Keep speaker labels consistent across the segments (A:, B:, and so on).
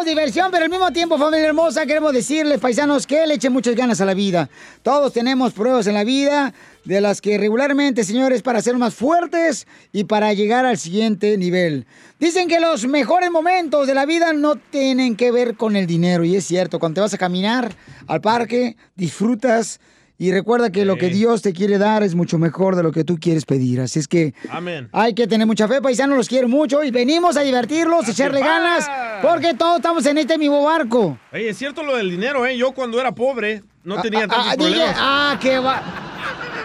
A: este diversión, pero al mismo tiempo, familia hermosa, queremos decirles, paisanos, que le echen muchas ganas a la vida. Todos tenemos pruebas en la vida de las que regularmente, señores, para ser más fuertes y para llegar al siguiente nivel. Dicen que los mejores momentos de la vida no tienen que ver con el dinero, y es cierto, cuando te vas a caminar al parque, disfrutas y recuerda que lo que Dios te quiere dar es mucho mejor de lo que tú quieres pedir. Así es que
B: Amén.
A: hay que tener mucha fe, paisanos, los quiero mucho y venimos a
B: Ah,
A: divertirlos, a echarle ganas, porque todos estamos en este mismo barco.
B: Oye, es cierto lo del dinero, ¿eh? Yo cuando era pobre no tenía tantos
A: ah, dije,
B: problemas.
A: ah, qué va.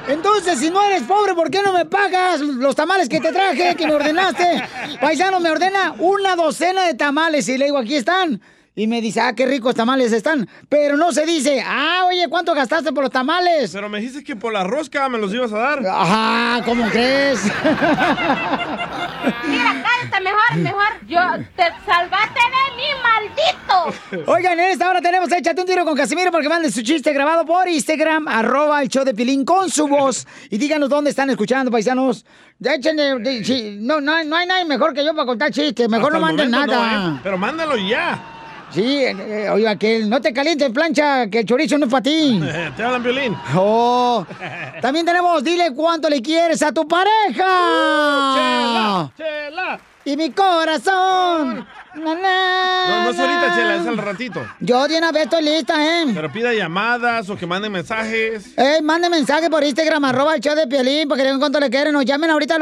A: Entonces, si no eres pobre, ¿por qué no me pagas los tamales que te traje, que me ordenaste? Paisano me ordena una docena de tamales y le digo, aquí están. Y me dice, ah, qué ricos tamales están. Pero no se dice, ah, oye, ¿cuánto gastaste por los tamales?
B: Pero me dijiste que por la rosca me los ibas a dar.
A: Ajá, ¿cómo crees?
C: Mira, cállate mejor, mejor. Yo te salvaste de mí, maldito.
A: Oigan, en esta hora tenemos Échate un tiro con Casimiro porque manden su chiste grabado por Instagram, arroba el show de Pilín con su voz. Y díganos dónde están escuchando, paisanos. Échenle, de- sí, no, no, hay- no hay nadie mejor que yo para contar chistes. Mejor
B: Hasta
A: no
B: el
A: manden
B: momento no,
A: nada.
B: ¿eh? Pero mándalo ya.
A: Sí, eh, eh, oiga, que no te calientes, plancha, que el chorizo no es para ti.
B: Te hablan violín.
A: Oh, también tenemos, dile cuánto le quieres a tu pareja.
B: Chela.
A: Y mi corazón. Na, na,
B: No, no es ahorita,
A: na.
B: Chela, es al ratito.
A: Ah. Yo de una vez estoy lista, ¿eh?
B: Pero pida llamadas o que manden mensajes.
A: Ey, mande mensaje por Instagram, arroba el show de Piolín, porque digan cuánto le quieren. O llamen ahorita al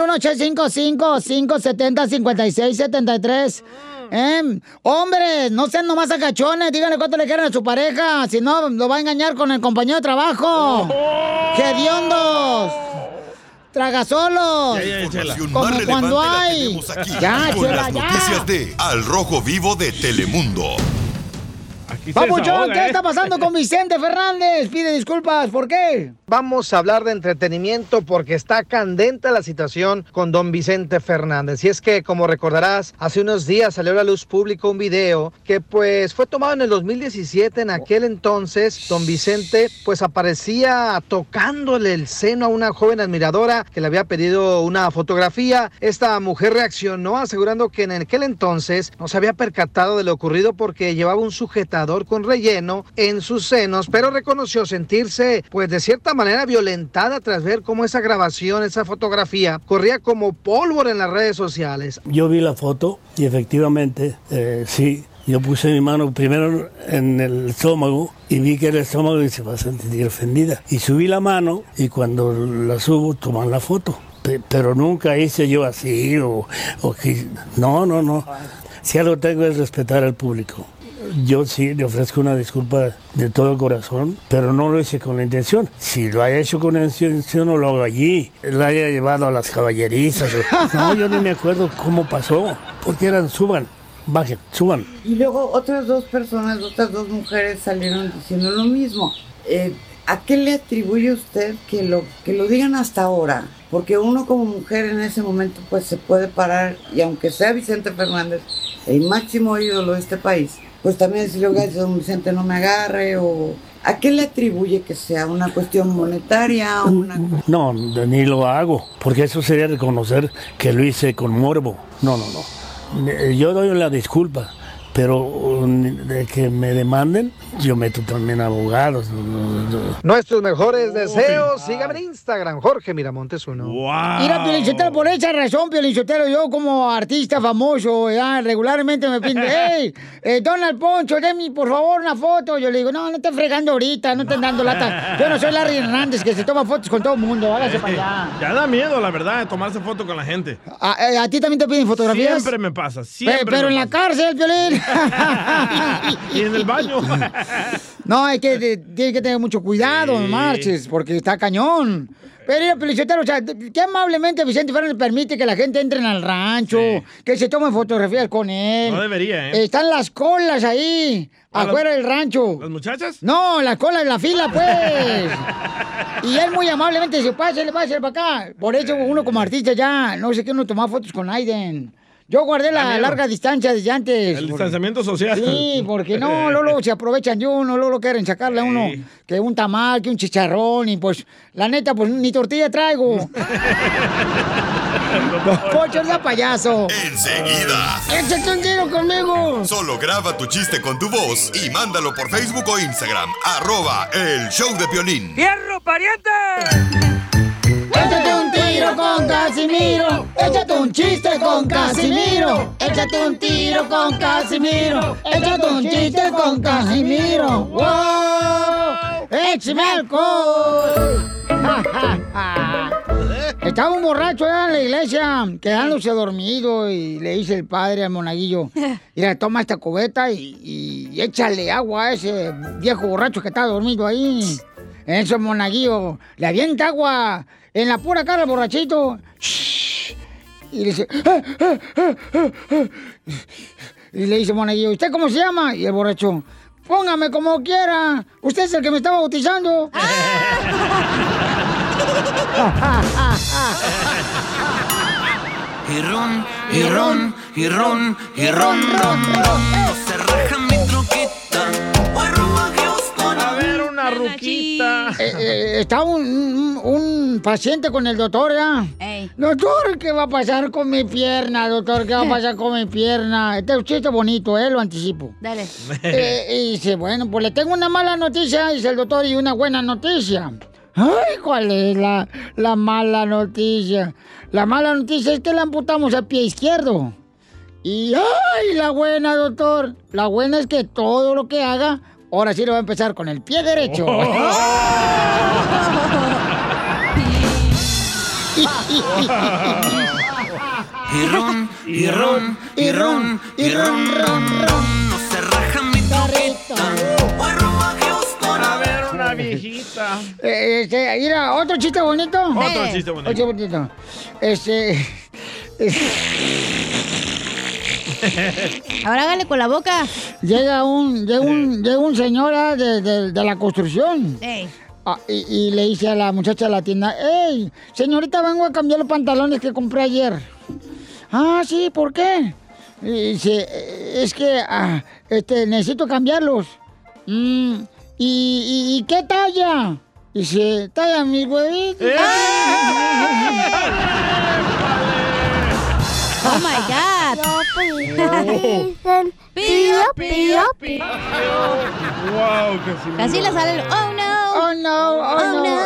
A: 1-855-570-5673.
B: Mm.
A: Em, hombres, no sean nomás agachones, díganle cuánto le quieren a su pareja. Si no, lo va a engañar con el compañero de trabajo.
B: Oh.
A: ¡Gediondos! ¡Tragasolos!
B: Ya, ya, Chela.
A: Como cuando hay.
D: tenemos aquí
A: Ya,
D: con
A: chela,
D: las noticias
A: ya.
D: de Al Rojo Vivo de Telemundo.
B: Aquí se
A: Papuchón,
B: desahoga,
A: ¿qué
B: ¿eh?
A: está pasando con Vicente Fernández? Pide disculpas, ¿por qué?
E: Vamos a hablar de entretenimiento porque está candente la situación con don Vicente Fernández. Y es que, como recordarás, hace unos días salió a la luz pública un video que pues fue tomado en el 2017. En aquel entonces, don Vicente pues aparecía tocándole el seno a una joven admiradora que le había pedido una fotografía. Esta mujer reaccionó asegurando que en aquel entonces no se había percatado de lo ocurrido porque llevaba un sujetador con relleno en sus senos, pero reconoció sentirse, pues de cierta manera, violentada tras ver cómo esa grabación, esa fotografía, corría como pólvora en las redes sociales.
F: Yo vi la foto y efectivamente, eh, sí, yo puse mi mano primero en el estómago y vi que el estómago y se va a sentir ofendida. Y subí la mano y cuando la subo toman la foto. Pe- Pero nunca hice yo así o, o que- No, no, no. Si algo tengo es respetar al público. Yo sí le ofrezco una disculpa de todo corazón, pero no lo hice con la intención. Si lo haya hecho con la intención, no lo hago allí. La haya llevado a las caballerizas. o- No, yo ni me acuerdo cómo pasó. Porque eran, suban, bajen, suban.
G: Y luego otras dos personas, otras dos mujeres salieron diciendo lo mismo. Eh, ¿A qué le atribuye usted que lo, que lo digan hasta ahora? Porque uno como mujer en ese momento pues se puede parar y aunque sea Vicente Fernández, el máximo ídolo de este país, pues también decirle, oiga, si don Vicente no me agarre o... ¿A qué le atribuye que sea una cuestión monetaria o una...
F: No, ni lo hago, porque eso sería reconocer que lo hice con morbo. No, no, no. Eh, Yo doy la disculpa, pero um, de que me demanden, yo meto también abogados. no, no, no.
E: Nuestros mejores deseos, síganme en Instagram, Jorge Miramontes uno.
B: ¡Wow!
A: Mira, Piolichotero, por esa razón, Piolichotero, yo como artista famoso, ya, regularmente me piden, hey, eh, Donald Poncho, déme por favor una foto. Yo le digo, no, no te fregando ahorita, no te dando lata. Yo no soy Larry Hernández, que se toma fotos con todo el mundo, hágase para allá.
B: Eh, Ya da miedo, la verdad, tomarse foto con la gente.
A: ¿A, eh, a ti también te piden fotografías?
B: Siempre me pasa,
A: Pe-
B: siempre.
A: pero en
B: me
A: la
B: pasa.
A: cárcel, Piolín.
B: Y en el baño.
A: No, hay que, de- tiene que tener mucho cuidado, no marches, porque está cañón. Pero mira, Pelichotero, o sea, qué amablemente Vicente Fernández permite que la gente entre al rancho, que se tomen fotografías con él.
B: No debería, ¿eh?
A: Están las colas ahí,
B: Ah,
A: afuera
B: las-
A: del rancho.
B: ¿Las muchachas?
A: No, la cola en la fila, pues. Y él muy amablemente dice, pásale, pásale para acá. Por eso uno como artista ya, no sé qué, uno toma fotos con Aiden. Yo guardé la
B: Da miedo.
A: larga distancia desde antes.
B: El
A: porque-
B: distanciamiento social.
A: Sí, porque no, Lolo se aprovechan de uno, Lolo quieren sacarle a uno que un tamal, que un chicharrón, y pues, la neta, pues ni tortilla traigo. Pocho es payaso.
D: Enseguida.
A: ¡Échate un tiro conmigo!
D: Solo graba tu chiste con tu voz y mándalo por Facebook o Instagram. Arroba el show de Piolín.
A: ¡Fierro, pariente! Échate un tiro con Casimiro. Échate un chiste con Casimiro. Échate un tiro con Casimiro. Échate un chiste con Casimiro. ¡Wow! ¡Échame alcohol! Ja, ja, ja. Estaba un borracho allá en la iglesia, quedándose dormido, y le dice el padre al monaguillo, mira, toma esta cubeta y, y échale agua a ese viejo borracho que está dormido ahí. Eso, monaguillo, le avienta agua en la pura cara al borrachito. Y le dice, "Ah, ah, ah, ah, ah". y le dice monaguillo, ¿usted cómo se llama? Y el borracho, póngame como quiera, usted es el que me está bautizando.
H: Y ron, y ron, y ron, y ron, ron, ron. No se raja mi troquita. Voy rumbo a Houston. A ver, una ruquita.
A: Eh, eh, está un, un- un paciente con el doctor, ¿ya? Doctor, ¿qué va a pasar con mi pierna? Doctor, ¿qué va a pasar con mi pierna? Este es un chiste bonito, ¿eh? Lo anticipo.
I: Dale.
A: Eh, y dice, bueno, pues le tengo una mala noticia, dice el doctor, y una buena noticia. Ay, ¿cuál es la, la mala noticia? La mala noticia es que le amputamos el pie izquierdo. Y, ay, la buena, doctor. La buena es que todo lo que haga, ahora sí lo va a empezar con el pie derecho.
H: Y ron, y ron, y ron, y ron, ron, ron. No se raja mi troquita. Voy rumbo a Houston. A ver, una viejita.
A: Eh, este, mira, otro chiste bonito.
H: Otro chiste bonito.
A: Otro bonito. Este. Ahora hágale con la boca. Llega un, llega un, llega un señor ah, de, de- de la construcción. Ah, y, y le dice a la muchacha de la tienda, hey, señorita, vengo a cambiar los pantalones que compré ayer. Ah, sí, ¿por qué? Y dice, "Eh, es que ah, este, necesito cambiarlos. "Mm, ¿y, y, y qué talla? Dice, talla mis huevitos.
H: ¡Eh!
I: Oh my
H: Oh.
I: God. Pío, pío, pío.
B: Wow, casi.
I: Casi le sale el oh no.
A: Oh no, oh, no.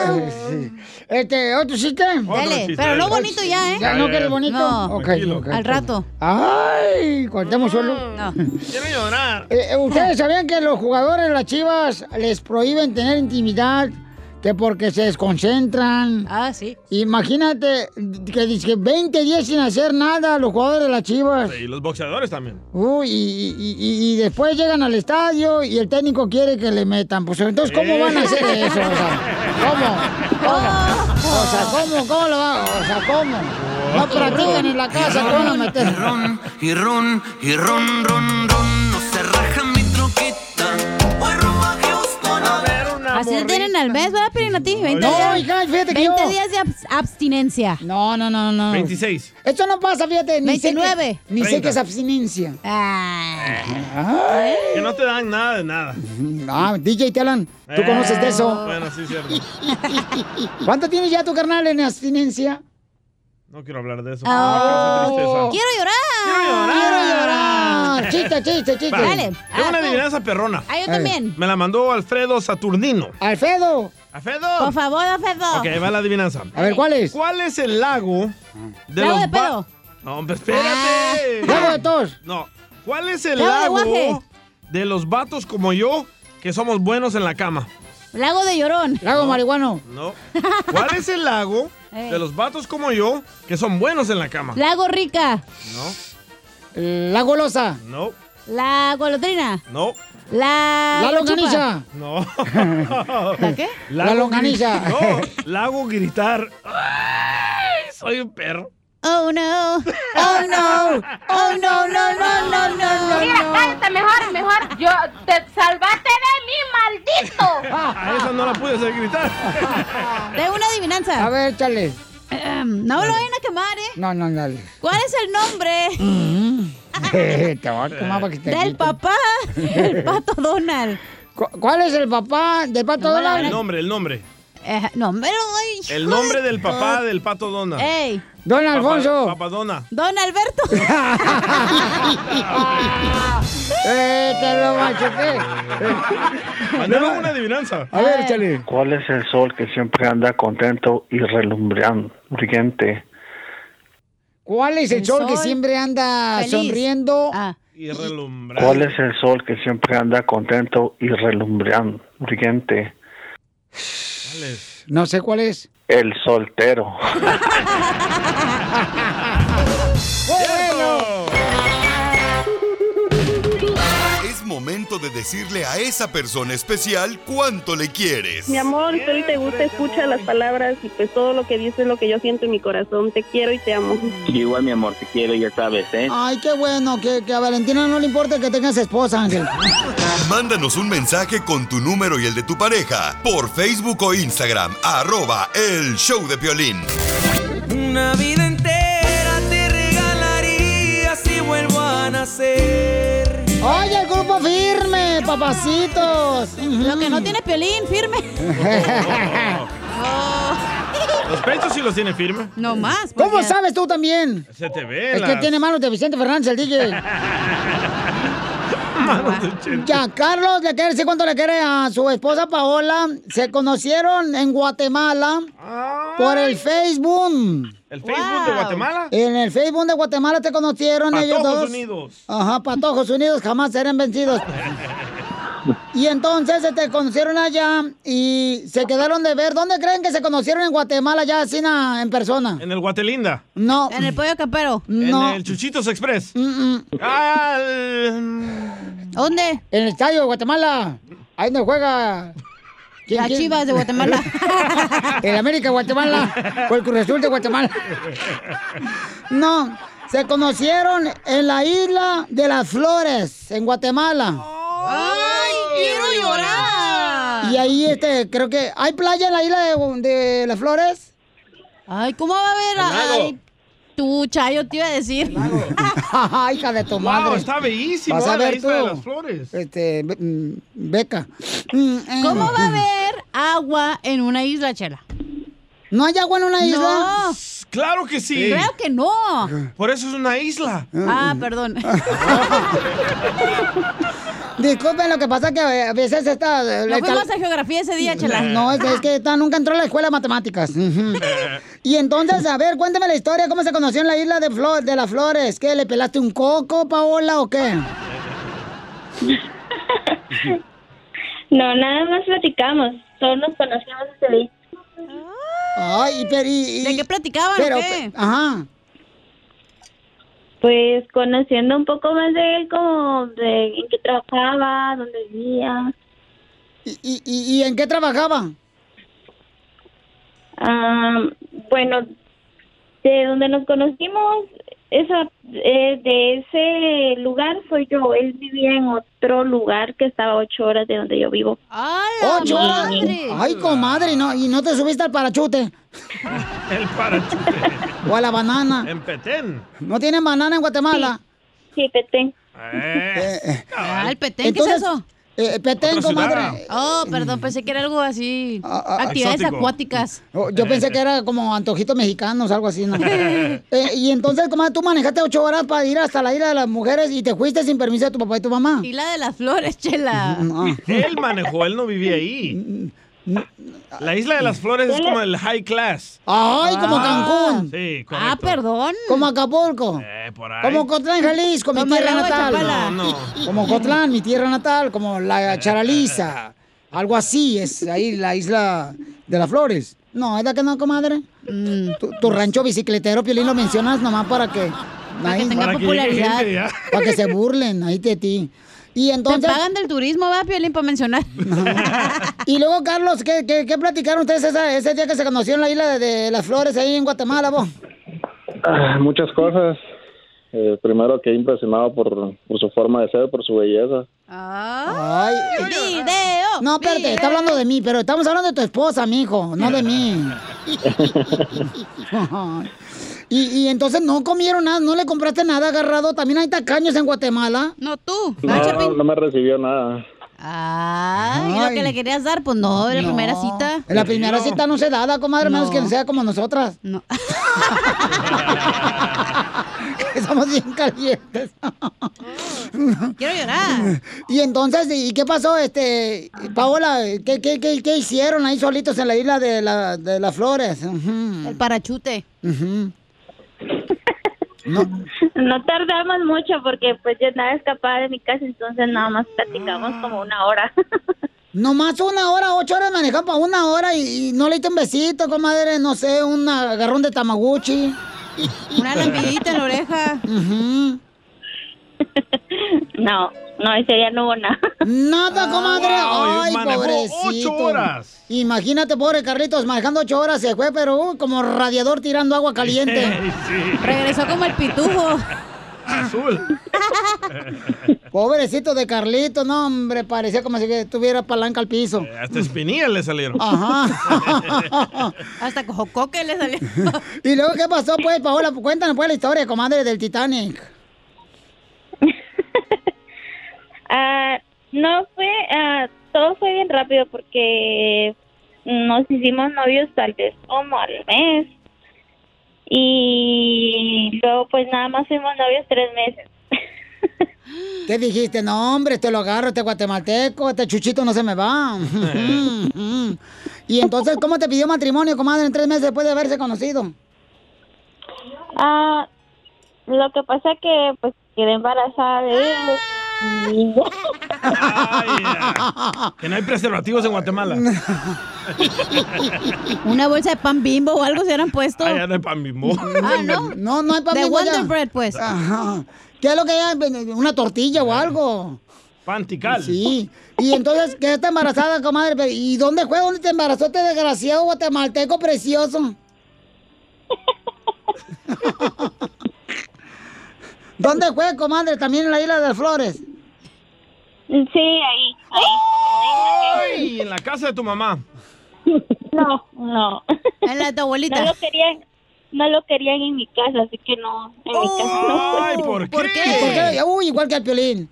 A: Este, ¿otro chiste?
I: Dale, chiste, pero no dale. bonito ya, ¿eh?
A: Ya, no
I: Ya,
A: quieres
I: ya.
A: bonito.
I: No.
A: Ok,
I: Tranquilo.
A: ok.
I: Al rato.
A: Ay, cortemos solo.
B: Quiero llorar.
A: Eh, eh, ¿Ustedes sabían que los jugadores de las chivas les prohíben tener intimidad? Que porque se desconcentran.
I: Ah, sí.
A: Imagínate que dice 20 días sin hacer nada los jugadores de las chivas.
B: Y los boxeadores también.
A: Uy, y, y- y- y después llegan al estadio y el técnico quiere que le metan. Pues entonces, ¿cómo van a hacer eso? O sea, ¿cómo?
I: Oh.
A: ¿Cómo? O sea, ¿cómo? ¿Cómo lo van? O sea, ¿cómo? No practican en la casa, ¿cómo van a meter?
H: Y ron, y ron, ron, ron. No se raja mi troquita. Voy rumbo a Houston. A ver, una
I: Así te tienen al mes, ¿verdad, Piolín, a ti? 20
A: No,
I: días.
A: hija, fíjate que
I: 20
A: yo-
I: días de abs- abstinencia.
A: No, no, no, no.
B: 26.
A: Esto no pasa, fíjate. Ni sé que-
I: 29.
A: ni sé que es
B: 30.
A: abstinencia.
I: Ah.
A: Ah.
H: Ah.
A: ¿eh?
B: Que no te dan nada de nada.
A: No, DJ Talan, tú
B: Eh,
A: conoces de eso.
B: Bueno, sí, es cierto.
A: ¿Cuánto tienes ya tu carnal en abstinencia?
B: No quiero hablar de eso.
A: Oh.
B: Me causa
I: Quiero
B: tristeza.
I: llorar.
B: Quiero llorar.
A: llorar. Chiste, chiste, chiste. Ah, pues.
B: Va. Tengo una adivinanza perrona.
I: Ah, yo también.
B: Me la mandó Alfredo Saturnino.
A: Alfredo.
B: ¡Alfredo!
I: Por favor, Alfredo.
B: Ok, ahí va la adivinanza.
A: A ver, ¿cuál es?
B: ¿Cuál es el lago de
I: Lago
B: los
I: de
B: ba-
I: pedo.
B: No, hombre, espérate.
A: Ah. Lago de tos.
B: No. ¿Cuál es el
I: Lago de
B: lago
I: guaje.
B: de los vatos como yo que somos buenos en la cama?
I: Lago de Llorón.
A: Lago marihuano.
B: No. ¿Cuál es el lago de los vatos como yo que son buenos en la cama?
I: Lago Rica.
B: No,
A: La golosa.
B: no,
I: La golondrina.
B: no,
I: La.
A: La
I: chupa.
A: longaniza.
B: no.
I: ¿La qué?
A: La longaniza.
B: No, lago gritar. ¡Ay, soy un perro.
I: Oh no. Oh no. Oh no, no, no, no, no,
C: Mira,
I: no.
C: cállate, mejor, mejor. Yo te salvaste de mí, maldito.
B: A esa no la pude hacer gritar.
I: De una adivinanza.
A: A ver, échale.
J: Em, No lo vayan a quemar, ¿eh?
A: No, no, dale.
J: ¿Cuál es el
A: Mm-hmm.
J: nombre?
A: Te voy a quemar para que te
J: Del
A: quiten.
J: papá, el pato Donald.
A: ¿Cuál es el papá del pato
B: El nombre, el nombre.
J: Eh, no me lo doy.
B: El nombre del papá del pato Dona.
J: ¡Ey!
A: Don
B: Papá-
A: Alfonso.
B: Papá Dona.
J: ¡Don Alberto!
A: ¡Eh, te lo machuqué!
B: Mandemos una adivinanza.
A: Ah, eh. A ver, échale.
K: ¿Cuál es el sol que siempre anda contento y relumbrante?
A: ¿Cuál es el,
K: El
A: sol, que
K: sol.
A: siempre anda
K: Feliz.
A: sonriendo?
B: Y relumbrar.
K: ¿Cuál es el sol que siempre anda contento y relumbrante?
A: No sé cuál es.
K: El soltero.
D: Es momento de decirle a esa persona especial cuánto le quieres.
L: Mi amor, si a ti te gusta, escucha las palabras y pues todo lo que dices es lo que yo siento en mi corazón. Te quiero y te amo.
M: Igual, mi amor, te quiero, ya sabes, ¿eh?
A: Ay, qué bueno, que, que a Valentina no le importa que tengas esposa, Ángel.
D: Mándanos un mensaje con tu número y el de tu pareja por Facebook o Instagram, arroba el show de violín.
H: Una vida entera te regalaría si vuelvo a nacer.
A: ¡Oye, el grupo firme, papacitos!
J: Lo que no tiene piolín, firme.
B: Los pechos sí los tiene firme.
J: No más. pues
A: ¿Cómo sabes tú también?
B: Se te ve.
A: Es que
B: las-
A: tiene manos de Vicente Fernández, el DJ.
B: Manos de Chente.
A: Ya, Carlos le quiere decir cuánto le quiere a su esposa Paola. Se conocieron en Guatemala por el Facebook.
B: ¿El Facebook de Guatemala?
A: En el Facebook de Guatemala te conocieron ellos
B: Patojos
A: dos.
B: Unidos.
A: Ajá, Patojos Unidos jamás serán vencidos. Y entonces te conocieron allá y se quedaron de ver. ¿Dónde creen que se conocieron en Guatemala ya, Sina, en persona?
B: En el Guatelinda.
A: No.
J: En el pollo campero.
A: No.
B: En el Chuchitos Express. Ah,
J: ¿Dónde?
A: En el estadio de Guatemala. Ahí donde juega.
J: Las Chivas de Guatemala.
A: el América de Guatemala. O el Cruz Azul de Guatemala. No. Se conocieron en la isla de las flores, en Guatemala.
J: ¡Ay, quiero llorar!
A: Y ahí, este, creo que. ¿Hay playa en la isla de, de las flores?
J: Ay, ¿cómo va a haber?
A: lago.
J: Ay, tú, Chayo, te iba a decir.
A: Ay, hija de tu
J: Guau,
A: madre.
J: está bellísimo,
A: Vas a
J: la
A: ver
J: isla de
A: tú.
J: las
B: flores.
A: Este, be- mm, beca. Mm, eh.
J: ¿Cómo va a haber agua en una isla, Chela?
A: ¿No hay agua en una
J: isla?
B: Claro que sí.
J: Creo que no.
B: Por eso es una isla.
J: Ah, perdón.
A: Disculpen, lo que pasa que eh, a veces está...
J: No fuimos a geografía ese día, Chela.
A: No, eh, es, es que esta nunca entró a la escuela de matemáticas. Ujú. Y entonces, a ver, cuéntame la historia, ¿cómo se conoció en la isla de, Flo- de las flores? ¿Qué, le pelaste un coco, Paola, o qué?
L: No, nada más platicamos. Solo nos este conocíamos desde ahí.
A: Ay, pero y,
L: ¿De qué platicaban
A: pero, pe- ajá.
L: Pues conociendo un poco más de él, como de en qué trabajaba, dónde vivía.
A: ¿Y, y, y en qué trabajaba?
L: Ah, bueno, de donde nos conocimos, esa, eh, de ese lugar soy yo. Él vivía en otro lugar que estaba ocho horas de donde yo vivo.
A: ¡Ocho horas!
L: madre!
A: ¡Ay, comadre! No, ¿Y no te subiste al parachute?
B: El parachute.
A: ¿O a la banana?
B: En Petén.
A: ¿No tienen banana en Guatemala?
L: Sí, petén.
B: Eh.
J: Ah, el petén, ¿qué
A: Entonces,
J: es eso?
A: Eh, petén,
J: Otra
A: comadre.
J: ciudad. Oh, perdón, pensé que era algo así.
A: ah,
J: Actividades
A: exótico.
J: acuáticas.
A: Oh, Yo pensé que era como antojitos mexicanos, algo así, ¿no? Eh, y entonces, comadre, tú manejaste ocho horas para ir hasta la isla de las mujeres y te fuiste sin permiso de tu papá y tu mamá.
J: Y la de las flores, Chela.
B: Él manejó, él no vivía ahí. La isla de las flores es como el high class. Ah.
A: Ay,
J: Ah.
A: como Cancún.
B: Sí, correcto.
A: Ah, perdón. Como Acapulco.
J: Eh,
A: Como Cotlán, Jalisco, mi
J: Como el
A: tierra
J: lago de
A: natal.
J: Chapala.
B: No,
A: Como Cotlán, mi tierra natal, como
J: Eh,
A: la Charaliza. Algo así es ahí la isla de las flores. No, ¿verdad que no, comadre? Mm, tu, tu rancho bicicletero, Piolín, lo mencionas nomás para que...
J: Para que
A: ahí-
J: tenga Para que llegue popularidad. gente, ya.
A: para que se burlen ahí de ti. Y entonces...
J: Te pagan del turismo, va, Piolín, para mencionar.
A: Y luego, Carlos, ¿qué, qué, qué platicaron ustedes esa- ese día que se conoció en la isla de, de las flores ahí en Guatemala, vos?
N: Ah, muchas cosas. Eh, primero que impresionado por, por su forma de ser, por su belleza.
A: Ay, No, espérate, está hablando de mí, pero estamos hablando de tu esposa, mijo, no de mí. y, y entonces no comieron nada, no le compraste nada agarrado. También hay tacaños en Guatemala.
J: No, tú.
N: No, no me recibió nada.
J: Ay, lo que le querías dar, pues no, en la primera cita.
A: En la primera cita no se da, comadre, menos que sea como nosotras.
J: No.
A: que somos bien calientes.
J: Oh, Quiero llorar.
A: Y entonces, ¿y qué pasó, este, Paola? ¿Qué, qué, qué, qué hicieron ahí solitos en la isla de, la- de las flores? El
J: parachute.
A: No.
L: tardamos mucho porque pues yo andaba escapada de mi casa, entonces nada más platicamos como una hora.
A: Nomás una hora, ocho horas manejando para una hora y, y no le diste un besito, comadre, no sé, un agarrón de tamaguchi.
J: Una lambidita en la oreja.
L: No, no, ese día no hubo nada.
A: Nada, comadre.
L: Ah, wow,
A: Ay,
L: manejó
A: pobrecito.
L: ocho horas.
A: Imagínate, pobre Carlitos, manejando ocho horas se fue, pero uh, como radiador tirando agua caliente.
J: Regresó como el pitujo.
B: Azul.
A: Pobrecito de Carlitos, no, hombre, parecía como si que tuviera palanca al piso.
L: Eh,
B: Hasta espinillas le salieron.
A: Ajá.
J: Hasta cojocoque le salió.
A: ¿Y luego qué pasó, pues, Paola? Cuéntanos, pues, la historia, comadre, del Titanic.
L: Ah, no fue, ah, todo fue bien rápido porque nos hicimos novios tal vez como al mes y luego pues nada más fuimos novios tres meses.
A: ¿Qué dijiste? No, hombre, te lo agarro, este guatemalteco, este chuchito no se me va. y entonces, ¿cómo te pidió matrimonio, comadre, en tres meses después de haberse conocido?
L: Ah, lo que pasa que pues quedé embarazada de él. y
B: Que no hay preservativos en Guatemala.
J: Una bolsa de pan bimbo o algo se hubieran puesto.
B: Allá no hay pan bimbo.
J: Ah, ¿no?
A: No, no hay pan
J: De
A: bimbo
J: Wonder
A: ya.
J: Bread, pues.
A: Ajá. ¿Qué es lo que hay? Pues, ¿Una tortilla o algo?
B: Pantical.
A: Sí. Y entonces, ¿qué está embarazada, comadre? ¿Y dónde fue? ¿Dónde te embarazó este desgraciado guatemalteco precioso? ¿Dónde fue, comadre? ¿También en la isla de las flores?
L: Sí, ahí.
B: Ay, en la casa de tu mamá.
L: No, no.
J: En la de tu abuelita.
L: No lo querían, no lo querían en mi casa, así que no, en mi casa no.
B: Ay, Oh, ¿por qué?
A: ¿Y por qué? Uy, igual que al piolín.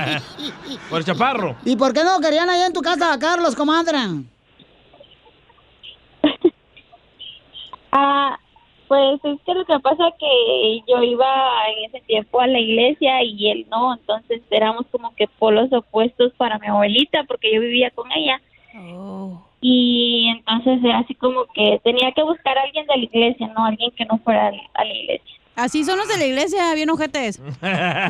B: Por chaparro.
A: ¿Y por qué no querían allá en tu casa a Carlos, comadre?
L: Ah, pues es que lo que pasa que yo iba en ese tiempo a la iglesia y él no, entonces éramos como que polos opuestos para mi abuelita porque yo vivía con ella.
J: Oh.
L: Y entonces era así como que tenía que buscar a alguien de la iglesia, no alguien que no fuera a la iglesia.
J: Así son los de la iglesia, bien ojetes.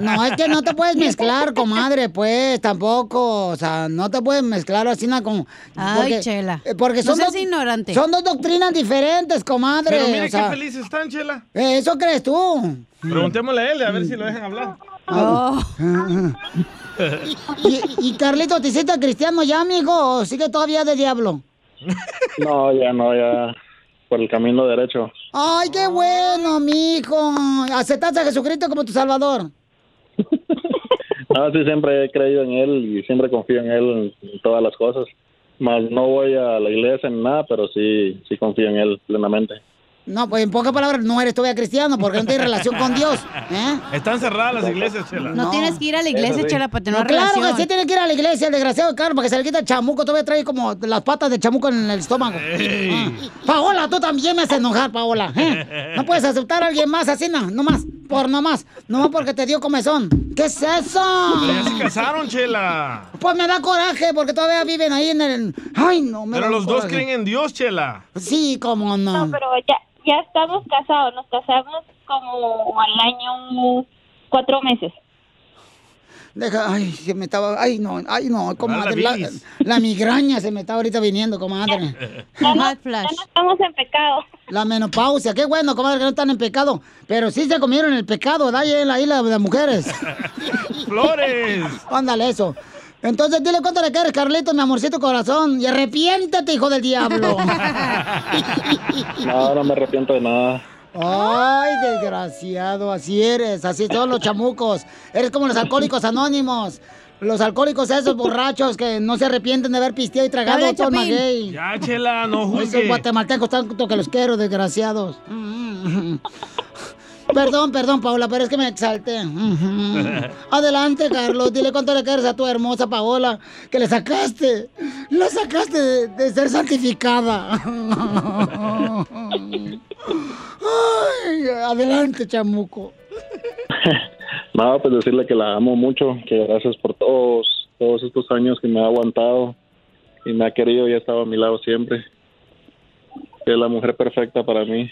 A: No, es que no te puedes mezclar, comadre, pues, tampoco. O sea, no te puedes mezclar así nada como...
J: Ay, Chela.
A: eh, Porque
J: No
A: son
J: seas
A: dos-
J: ignorante.
A: Son dos doctrinas diferentes, comadre.
B: Pero mire
A: o
B: qué
A: sea,
B: feliz están, Chela.
A: eh, ¿Eso crees tú?
B: Preguntémosle a él, a ver si lo dejan hablar.
J: Oh.
A: Ah. ¿Y, y Carlito, ¿te hiciste cristiano ya, amigo? ¿O sigue todavía de diablo?
N: No, ya no, ya por el camino derecho.
A: Ay, qué bueno, mijo. ¿Aceptaste a Jesucristo como tu salvador?
N: No, sí, siempre he creído en él y siempre confío en él en todas las cosas. Más no voy a la iglesia ni nada, pero sí, sí confío en él plenamente.
A: No, pues en pocas palabras, no eres todavía cristiano porque no tienes relación con Dios.
B: Están cerradas las iglesias, Chela.
J: No, tienes que ir a la iglesia, Chela, para tener
A: No,
J: una
A: claro
J: relación.
A: que sí tiene que ir a la iglesia, el desgraciado Carlos, para que se le quita el chamuco. Todavía trae como las patas de chamuco en el estómago. Ah. Paola, tú también me haces enojar, Paola. ¿eh? No puedes aceptar a alguien más así, no, no más, por no más. No más porque te dio comezón. ¿Qué es eso?
B: Pero ya se casaron, Chela.
A: Pues me da coraje porque todavía viven ahí en el... Ay, no, me
B: Pero
A: da
B: los dos
A: coraje.
B: creen en Dios, Chela.
A: Sí, cómo no.
L: No, pero ya, ya estamos casados, nos casamos como al año cuatro meses.
A: Deja, ay, se me estaba... Ay, no, ay, no, comadre.
L: la
A: La,
L: bilis.
A: la migraña se me está ahorita viniendo, comadre.
L: Ya no- ya no estamos en pecado.
A: La menopausia, qué bueno, comadre, que no están en pecado. Pero sí se comieron el pecado, ¿verdad? Ahí en la isla de las mujeres.
B: ¡Flores!
A: Ándale eso. Entonces dile cuánto le quieres, Carlito, mi amorcito corazón. Y arrepiéntete, hijo del diablo.
N: No, no me arrepiento de nada.
A: Ay, desgraciado, así eres, así todos los chamucos. Eres como los alcohólicos anónimos. Los alcohólicos esos borrachos que no se arrepienten de haber pisteado y tragado
B: Habla,
A: todo el
B: Chapín.
A: maguey.
B: Ya, chela, no
A: Esos
B: juzgue.
A: guatemaltecos tanto que los quiero, desgraciados. Perdón, perdón, Paola, pero es que me exalté. Adelante, Carlos, dile cuánto le quieres a tu hermosa Paola, que le sacaste, la sacaste de, de ser santificada. Ay, adelante, chamuco.
N: Nada, pues decirle que la amo mucho, que gracias por todos, todos estos años que me ha aguantado y me ha querido y ha estado a mi lado siempre. Que es la mujer perfecta para mí.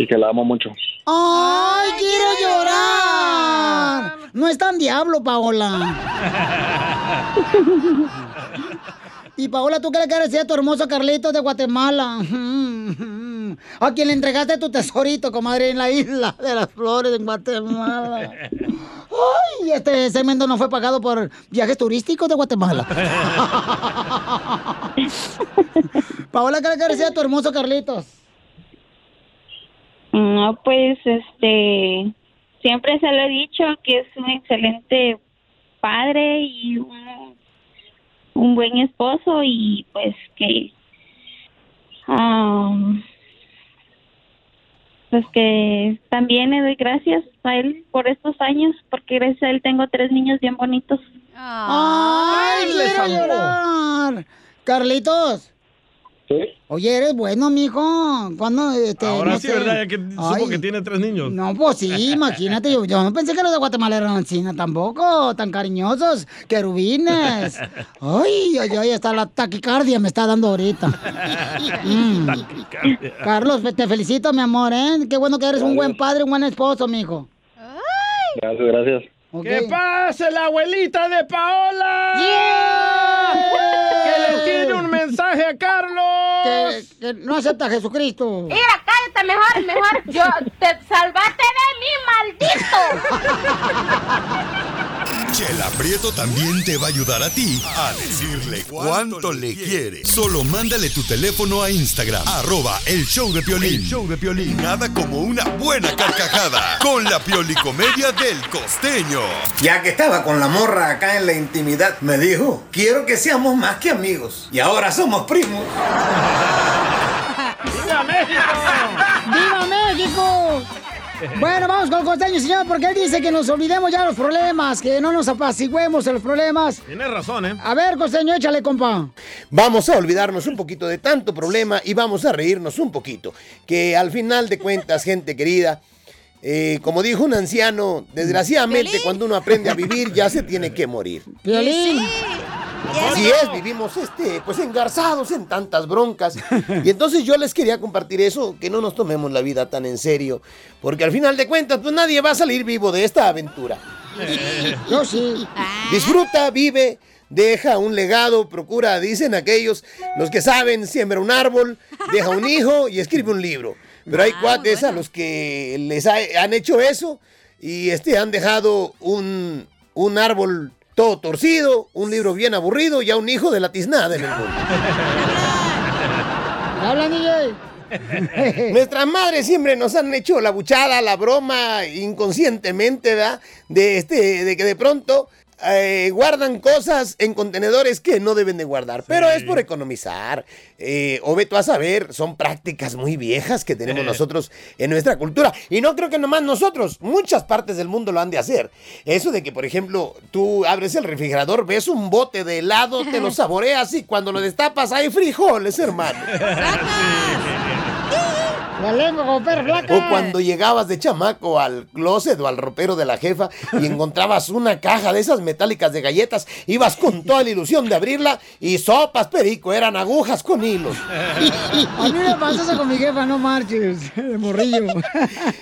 N: Y que la amo mucho.
A: ¡Ay, quiero llorar! No es tan diablo, Paola. Y Paola, ¿tú qué le quieres decir a tu hermoso Carlitos de Guatemala? A quien le entregaste tu tesorito, comadre, en la isla de las flores en Guatemala. ¡Ay! Este segmento no fue pagado por viajes turísticos de Guatemala. Paola, ¿qué le quieres decir a tu hermoso Carlitos?
L: No, pues este, siempre se lo he dicho que es un excelente padre y un, un buen esposo y pues que am, pues que también le doy gracias a él por estos años porque gracias a él tengo tres niños bien bonitos.
A: ¡Ay,
L: le
A: quiero
L: salvó.
A: llorar! Carlitos. Oye, eres bueno, mijo. ¿Cuándo? Este,
B: Ahora
A: no
B: sí,
A: sé?
B: ¿verdad? Ya que supo
A: Ay,
B: que tiene tres niños.
A: No, pues sí, imagínate. Yo, yo no pensé que los de Guatemala eran china tampoco. Tan cariñosos, querubines. Ay, ay, ay, hasta la taquicardia me está dando ahorita. Mm. Carlos, te felicito, mi amor, ¿eh? Qué bueno que eres un buen padre, un buen esposo, mijo.
N: Gracias, gracias.
B: ¡Que pase la abuelita de Paola! ¡Que le tiene un mensaje a Carlos!
A: Que, que Eh, no acepta a Jesucristo.
C: Mira, cállate mejor, mejor. Yo te salvaste de mí,
D: Chela Prieto también te va a ayudar a ti a decirle cuánto le quiere. Solo mándale tu teléfono a Instagram, arroba el show de Piolín. show de Piolín. Nada como una buena carcajada con la piolicomedia del costeño.
O: Ya que estaba con la morra acá en la intimidad, me dijo, quiero que seamos más que amigos. Y ahora somos primos.
B: ¡Viva México!
A: ¡Viva México! Bueno, vamos con el costeño, señor, porque él dice que nos olvidemos ya de los problemas, que no nos apacigüemos en los problemas.
B: Tienes razón, ¿eh?
A: A ver, costeño, échale, compa.
P: Vamos a olvidarnos un poquito de tanto problema y vamos a reírnos un poquito. Que al final de cuentas, gente querida, eh, como dijo un anciano, desgraciadamente cuando uno aprende a vivir ya se tiene que morir.
A: Piolín.
P: Así es, vivimos este, pues engarzados en tantas broncas. Y entonces yo les quería compartir eso, que no nos tomemos la vida tan en serio, porque al final de cuentas, pues nadie va a salir vivo de esta aventura.
A: Yo sí.
P: Disfruta, vive, deja un legado, procura, dicen aquellos, los que saben, siembra un árbol, deja un hijo y escribe un libro. Pero hay cuates a los que les ha- han hecho eso y este, han dejado un, un árbol todo torcido, un libro bien aburrido y a un hijo de la tiznada en el mundo.
A: ¡Habla,
P: Nuestras madres siempre nos han hecho la buchada, la broma, inconscientemente, ¿verdad? De, este, de que de pronto eh, guardan cosas en contenedores que no deben de guardar. Pero es por economizar. Eh, o ve tú a saber, son prácticas muy viejas que tenemos nosotros en nuestra cultura. Y no creo que nomás nosotros, muchas partes del mundo lo han de hacer. Eso de que, por ejemplo, tú abres el refrigerador, ves un bote de helado, te lo saboreas y cuando lo destapas hay frijoles, hermano.
A: La lengua como perro flaca.
P: O cuando llegabas de chamaco al closet o al ropero de la jefa y encontrabas una caja de esas metálicas de galletas, ibas con toda la ilusión de abrirla y sopas, perico, eran agujas con hilos.
A: A mí me pasó eso con mi jefa, no marches, de morrillo.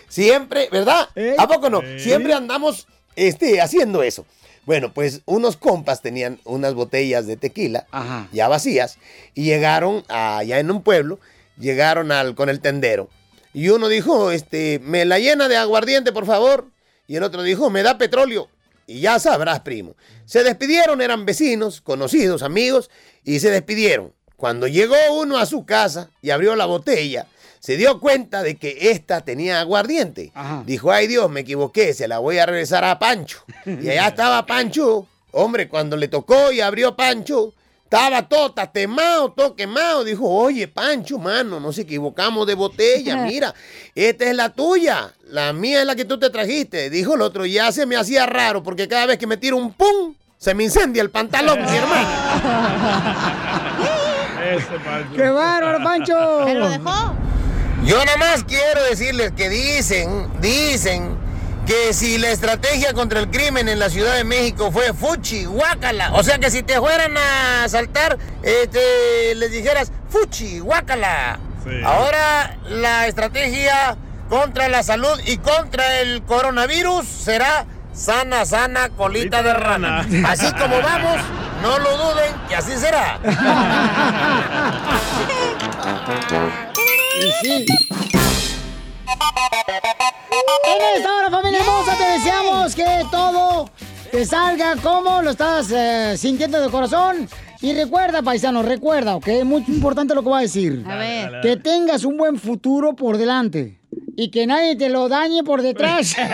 P: Siempre, ¿verdad? ¿A poco no? Siempre andamos este, haciendo eso. Bueno, pues unos compas tenían unas botellas de tequila ya vacías y llegaron allá en un pueblo, llegaron al, con el tendero. Y uno dijo, este, me la llena de aguardiente, por favor. Y el otro dijo, me da petróleo. Y ya sabrás, primo. Se despidieron, eran vecinos, conocidos, amigos, y se despidieron. Cuando llegó uno a su casa y abrió la botella, se dio cuenta de que esta tenía aguardiente. Dijo, ay Dios, me equivoqué, se la voy a regresar a Pancho. Y allá estaba Pancho. Hombre, cuando le tocó y abrió Pancho, estaba todo tatemado, todo quemado. Dijo, oye, Pancho, mano, nos equivocamos de botella. Mira, esta es la tuya. La mía es la que tú te trajiste. Dijo el otro, ya se me hacía raro porque cada vez que me tiro un pum, se me incendia el pantalón, mi hermano.
A: ¡Qué bárbaro, Pancho!
P: ¿Me lo dejó? Yo nada más quiero decirles que dicen, dicen que si la estrategia contra el crimen en la Ciudad de México fue fuchi, guácala. O sea que si te fueran a asaltar, este, les dijeras fuchi, guácala.
H: Sí.
P: Ahora la estrategia contra la salud y contra el coronavirus será sana, sana, colita de rana. Así como vamos, no lo duden que así será.
A: En esta hora, familia hermosa, te deseamos que todo te salga como lo estás eh, sintiendo de corazón. Y recuerda, paisano, recuerda, ¿ok? Muy importante lo que va a decir.
J: A ver. Dale, dale.
A: Que tengas un buen futuro por delante. Y que nadie te lo dañe por detrás.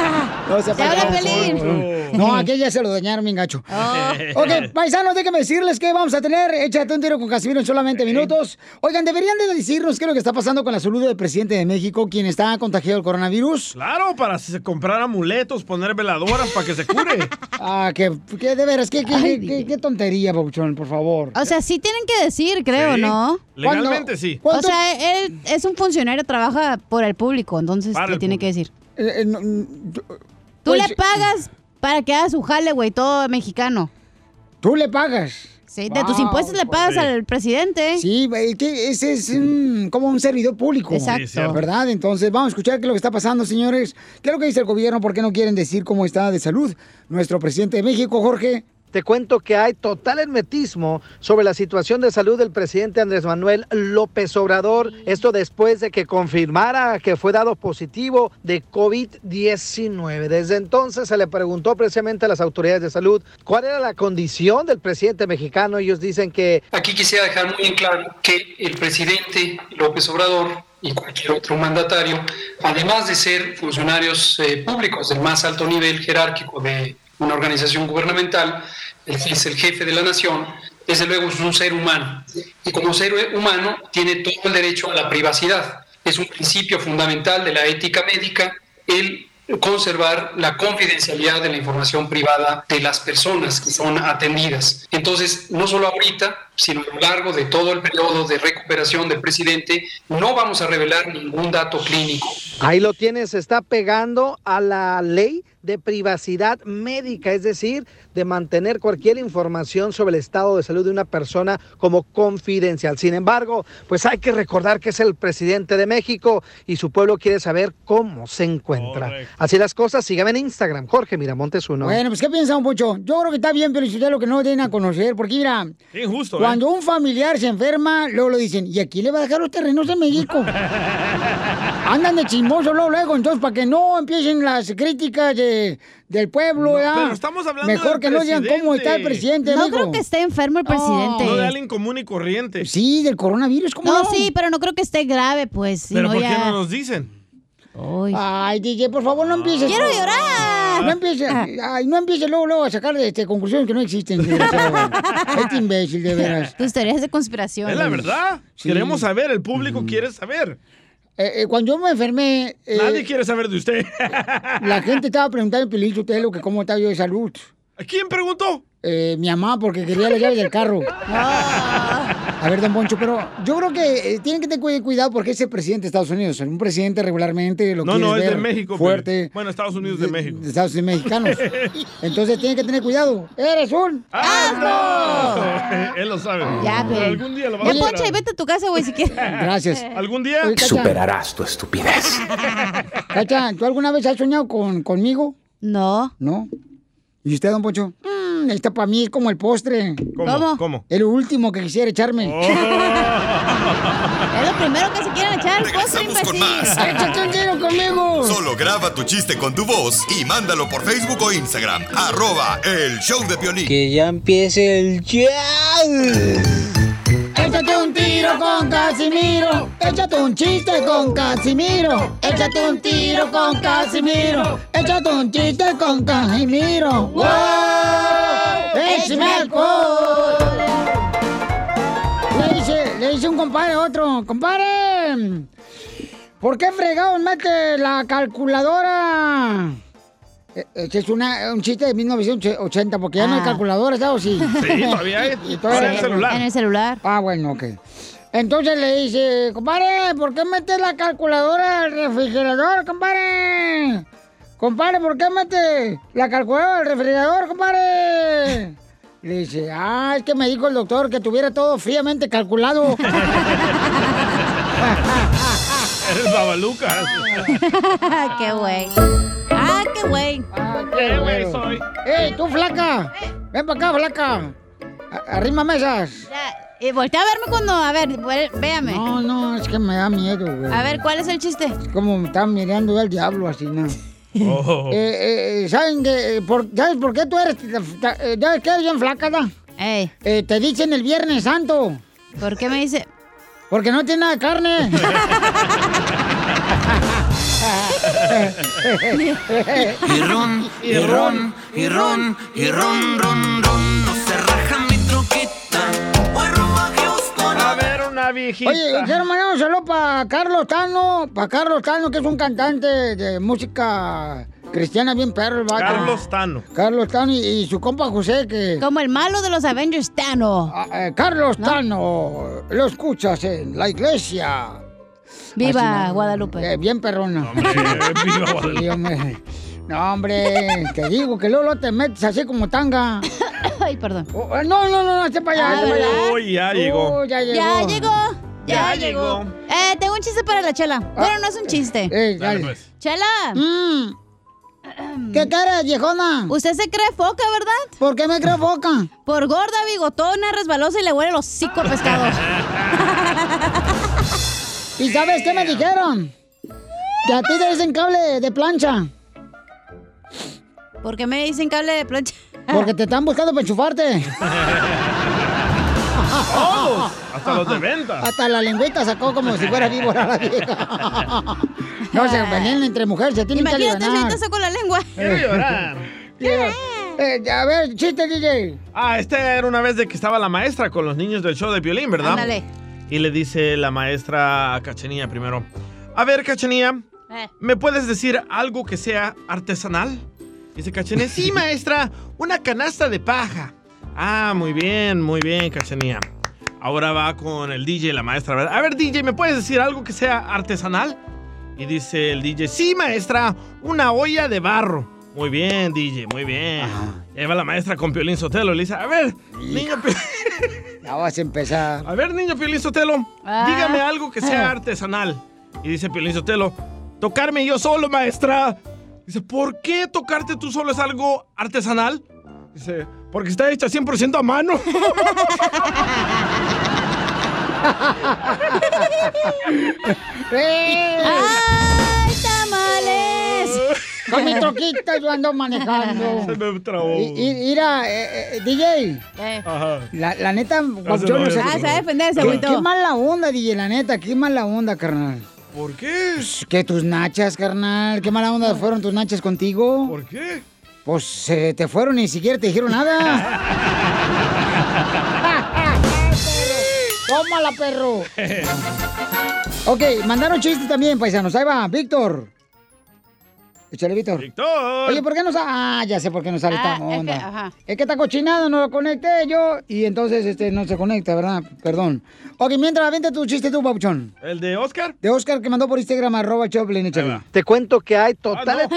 J: Ah.
A: No, se
H: Te habla
A: pasa.
H: Pelín.
A: No, aquella se lo dañaron, mi gacho.
J: Oh.
H: Ah.
A: Ok, paisanos, déjenme decirles que vamos a tener. Échate un tiro con Casimiro en solamente minutos. Oigan, deberían de decirnos qué es lo que está pasando con la salud del presidente de México, quien está contagiado del coronavirus.
B: Claro, para si se comprar amuletos, poner veladoras para que se cure.
A: Ah, que, que de veras, qué, qué- qué- qué- qué tontería, Pabuchón, por favor.
J: O sea, sí tienen que decir, creo,
A: Sí,
J: ¿no?
A: legalmente ¿Cuándo- sí.
J: O
A: cuándo-
J: sea, él es un funcionario, trabaja por el público, entonces,
A: Para
J: ¿qué
A: el
J: tiene que decir?
A: Eh, eh, no, mm,
J: Tú
A: pues-
J: le pagas para que haga su jale, güey, todo mexicano.
A: ¿Tú le pagas?
J: Sí, Eh, de tus impuestos le pagas al presidente.
A: Sí, eh, que ese es un- como un servidor público.
J: Exacto. Sí, es cierto.
A: ¿Verdad? Entonces, vamos a escuchar qué es lo que está pasando, señores. ¿Qué es lo que dice el gobierno? ¿Por qué no quieren decir cómo está de salud nuestro presidente de México, Jorge?
E: Te cuento que hay total hermetismo sobre la situación de salud del presidente Andrés Manuel López Obrador. Esto después de que confirmara que fue dado positivo de COVID-19. Desde entonces se le preguntó precisamente a las autoridades de salud cuál era la condición del presidente mexicano. Ellos dicen que
Q: Aquí quisiera dejar muy en claro que el presidente López Obrador y cualquier otro mandatario, además de ser funcionarios eh, públicos del más alto nivel jerárquico de una organización gubernamental, el- es el jefe de la nación, desde luego es un ser humano. Y como ser humano tiene todo el derecho a la privacidad. Es un principio fundamental de la ética médica el conservar la confidencialidad de la información privada de las personas que son atendidas. Entonces, no solo ahorita, sino a lo largo de todo el periodo de recuperación del presidente, no vamos a revelar ningún dato clínico.
E: Ahí lo tienes, se está pegando a la ley de privacidad médica, es decir, de mantener cualquier información sobre el estado de salud de una persona como confidencial. Sin embargo, pues hay que recordar que es el presidente de México y su pueblo quiere saber cómo se encuentra. Así las cosas, síganme en Instagram, Jorge Miramontes uno.
A: Bueno, pues, ¿qué piensa, don Pocho? Yo creo que está bien, pero si usted lo que no den a conocer, porque mira,
B: Qué injusto, ¿eh?
A: cuando un familiar se enferma, luego lo dicen, ¿y aquí le va a dejar los terrenos de México? Andan de chismoso luego, luego, entonces, para que no empiecen las críticas de- del pueblo, ¿verdad?
B: pero estamos hablando
A: Mejor
B: del
A: que no digan cómo está el
B: presidente.
A: presidente.
J: No creo que esté enfermo el presidente.
B: No de alguien común y corriente.
A: Sí, del coronavirus, ¿cómo
J: no?
A: no?
J: sí, pero no creo que esté grave, pues. si
B: Pero
J: no
B: ¿por
J: ya...
B: qué no nos dicen?
A: Ay, DJ, por favor, no empieces.
J: Quiero
A: No.
J: llorar. Ah.
A: No empieces, ay, no empieces luego, luego a sacar este, conclusiones que no existen. desgraciado. este imbécil, de veras.
J: Tus teorías de conspiración.
B: Es la verdad.
A: Sí.
B: Queremos saber, el público quiere saber.
A: Eh, eh, cuando yo me enfermé, eh,
B: Nadie quiere saber de usted.
A: la gente estaba preguntando en Piolín Sotelo que cómo estaba yo de salud.
B: ¿Quién preguntó?
A: Eh, mi mamá, porque quería la llave del carro.
B: Ah.
A: A ver, don Poncho, pero yo creo que eh, tienen que tener cu- cuidado porque es el presidente de Estados Unidos. Un presidente regularmente lo
B: No,
A: quieres
B: no, es de
A: ver
B: México. pero-
A: fuerte.
B: Bueno, Estados Unidos de, México.
A: de Estados Unidos mexicanos. Entonces tienen que tener cuidado. ¡Eres un
B: Ah.
A: asno!
B: Él lo sabe.
J: Ya,
B: Pero
J: güey.
B: algún día lo va a
J: Ya,
B: superar.
J: Poncha, y vete a tu casa, güey, si quieres.
A: Gracias.
B: ¿Algún día?
A: Superarás
R: tu estupidez.
A: Cacha, ¿tú alguna vez has soñado con, conmigo?
J: No.
A: ¿No? ¿Y usted, don Poncho? Mm, está para mí como el postre.
B: ¿Cómo? ¿Cómo? ¿Cómo? Oh.
A: El último que quisiera echarme.
J: Es lo primero que se quieren echar el postre,
D: con
J: imbécil.
D: más.
A: ¡Échate un tiro conmigo!
D: Solo graba tu chiste con tu voz y mándalo por Facebook o Instagram. Arroba el show de Piolín.
S: Que ya empiece el ya.
A: Échate un tiro con Casimiro. Échate un chiste con Casimiro. Échate un tiro con Casimiro. Échate un chiste con Casimiro. ¡Wow! ¡Échame alcohol! Le dice, le dice un compadre a otro. ¡Compadre! ¿Por qué fregados mete la calculadora? Eh, Este es una- un chiste de 1980, porque ya no hay
J: Ah.
A: calculadoras, ¿sabes? Sí,
J: Sí, todavía hay. Ahora en el celular. En el
A: celular. Ah, bueno, ok. Entonces le dice, compadre, ¿por qué metes la calculadora al refrigerador, compadre? Compadre, ¿por qué metes la calculadora al refrigerador, compadre? Le dice, ah, es que me dijo el doctor que tuviera todo fríamente calculado.
B: Eres babalucas.
J: qué güey. Ah, qué güey. Eh.
A: Ah,
B: qué güey soy.
A: ¡Ey, tú, flaca! Ven para acá, flaca. A- Arrima mesas.
J: Y voltea a verme cuando. A ver, vuel- véame.
A: No, no, es que me da miedo, güey.
J: A ver, ¿cuál es el chiste?
A: Como me están mirando al diablo así, ¿no?
H: Oh.
A: Eh, eh, ¿saben que, eh, por, ¿Sabes por qué tú eres... ta- ta- eh, ¿Sabes qué? Bien flaca, ¿da? Eh, te dicen el Viernes Santo.
J: ¿Por qué me dice...?
A: Porque no tiene nada de carne.
H: Y ron, y ron, y ron, y ron, ron, ron, no se raja mi troquita.
B: A ver, una viejita.
A: Oye, quiero mandar un saludo para Carlos Tano, para Carlos Tano, que es un cantante de música cristiana bien perro el vato.
B: Carlos Tano.
A: Carlos Tano y, y su compa José, que... Ah, eh,
J: Como el malo de los Avengers, Tano.
A: Carlos Tano, lo escuchas en la iglesia.
J: Viva
A: Guadalupe. bien perrona.
H: viva
B: eh, Guadalupe.
A: Sí, hombre. No, hombre, te digo que luego luego te metes así como tanga.
J: Ay, perdón.
A: no, no, no, no, este para allá.
J: Ah,
A: hazte para allá.
B: Uy, ya llegó.
A: Uy, Uh, ya llegó.
J: Ya llegó. Ya,
B: Ya
J: llegó.
B: llegó.
J: Eh, tengo un chiste para la chela.
A: Ah,
J: bueno, no es un chiste.
A: eh,
B: Dale, pues.
J: Chela.
A: Mm. ¿Qué quieres, viejona?
J: Usted se cree foca, ¿verdad?
A: ¿Por qué me creo foca?
J: Por gorda, bigotona, resbalosa y le huele los cinco pescados.
A: ¿Y sabes qué me dijeron? Que a ti te dicen cable de plancha.
J: ¿Por qué me dicen cable de plancha?
A: Porque te están buscando para enchufarte.
B: Todos, hasta los de venta.
A: Hasta la lengüita sacó como si fuera víbora la vieja. No se veneno entre mujeres, se tienen que
J: Imagínate,
A: alivianar.
J: ahorita saco la lengua.
B: Quiero llorar.
A: Quiero- Eh, a ver, chiste, DJ.
B: Ah, este era una vez de que estaba la maestra con los niños del show de violín, ¿verdad?
J: Ándale.
B: Y le dice la maestra a Cachenía primero. A ver, Cachenía, ¿me puedes decir algo que sea artesanal? Dice Cachenía, sí, maestra, una canasta de paja. Ah, muy bien, muy bien, Cachenía. Ahora va con el DJ, la maestra, ¿verdad? A ver, DJ, ¿me puedes decir algo que sea artesanal? Y dice el DJ, sí, maestra, una olla de barro. Muy bien, DJ, muy bien. Y ahí va la maestra con Piolín Sotelo. y Le dice, a ver, niño Piolín.
A: Ya vas a empezar.
B: A ver, niño Piolín Sotelo,
A: Ah.
B: dígame algo que sea
A: Ah.
B: artesanal. Y dice Piolín Sotelo, tocarme yo solo, maestra. Dice, ¿por qué tocarte tú solo es algo artesanal? Dice, porque está hecha 100% a mano.
J: ¡Ay, tamales!
A: Con mi troquita yo ando manejando.
B: Se me trabó.
A: Y- y- Mira, eh, eh, DJ.
B: Ajá.
A: La, la neta,
B: se
A: yo
B: lo
A: no sé.
B: voy a Ah, se va a
J: defender, se
A: ¿Qué,
J: agüitó.
A: qué mala onda, DJ, la neta, qué mala onda, carnal. Pues,
B: ¿Por qué?
A: Que tus nachas, carnal, qué mala onda fueron tus nachas contigo.
B: ¿Por qué?
A: Pues se te fueron y ni siquiera te dijeron nada. ¡Tómala, perro! Ok, mandaron chistes también, paisanos. Ahí va, Víctor. Échale, Víctor.
B: ¡Víctor!
A: Oye, ¿por qué no sale? Ah, ya sé por qué no sale esta
J: Ah, es que-
A: onda. Es que,
J: ajá.
A: está cochinado, no lo conecté yo. Y entonces este no se conecta, ¿verdad? Perdón. Ok, mientras, vente tu chiste tú, Papuchón.
B: ¿El de Oscar?
A: De Oscar que mandó por Instagram, arroba Choplin, échale.
E: Te cuento que hay totales...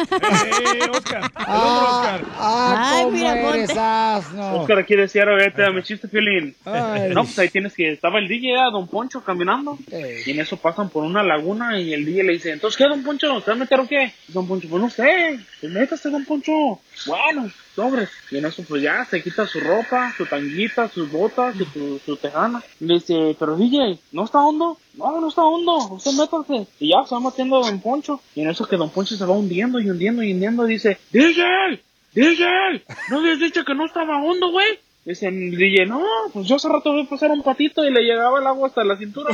A: Ah, ah,
E: Ay,
A: cómo
E: mira,
A: eres
E: ponte.
A: asno.
R: Oscar quiere decir ahorita mi chiste, Piolín.
A: Ay.
R: No, pues ahí tienes que... Estaba el DJ, ah, Don Poncho, caminando. Y en eso pasan por una laguna y el DJ le dice, entonces, ¿qué, Don Poncho? ¿Te vas a meter o qué? Don Poncho, pues no sé. Pues métase, Don Poncho. Bueno, sobres. Y en eso, pues ya, se quita su ropa, su tanguita, sus botas, y su, su tejana. Y le dice, pero DJ, ¿no está hondo? No, no está hondo. Usted métase. Y ya, se va metiendo Don Poncho. Y en eso que Don Poncho se va hundiendo y hundiendo y hundiendo, dice, DJ, DJ, ¿no habías dicho que no estaba hondo, güey? Dice el DJ, no, pues yo hace rato vi pasar un patito y le llegaba el agua hasta la cintura.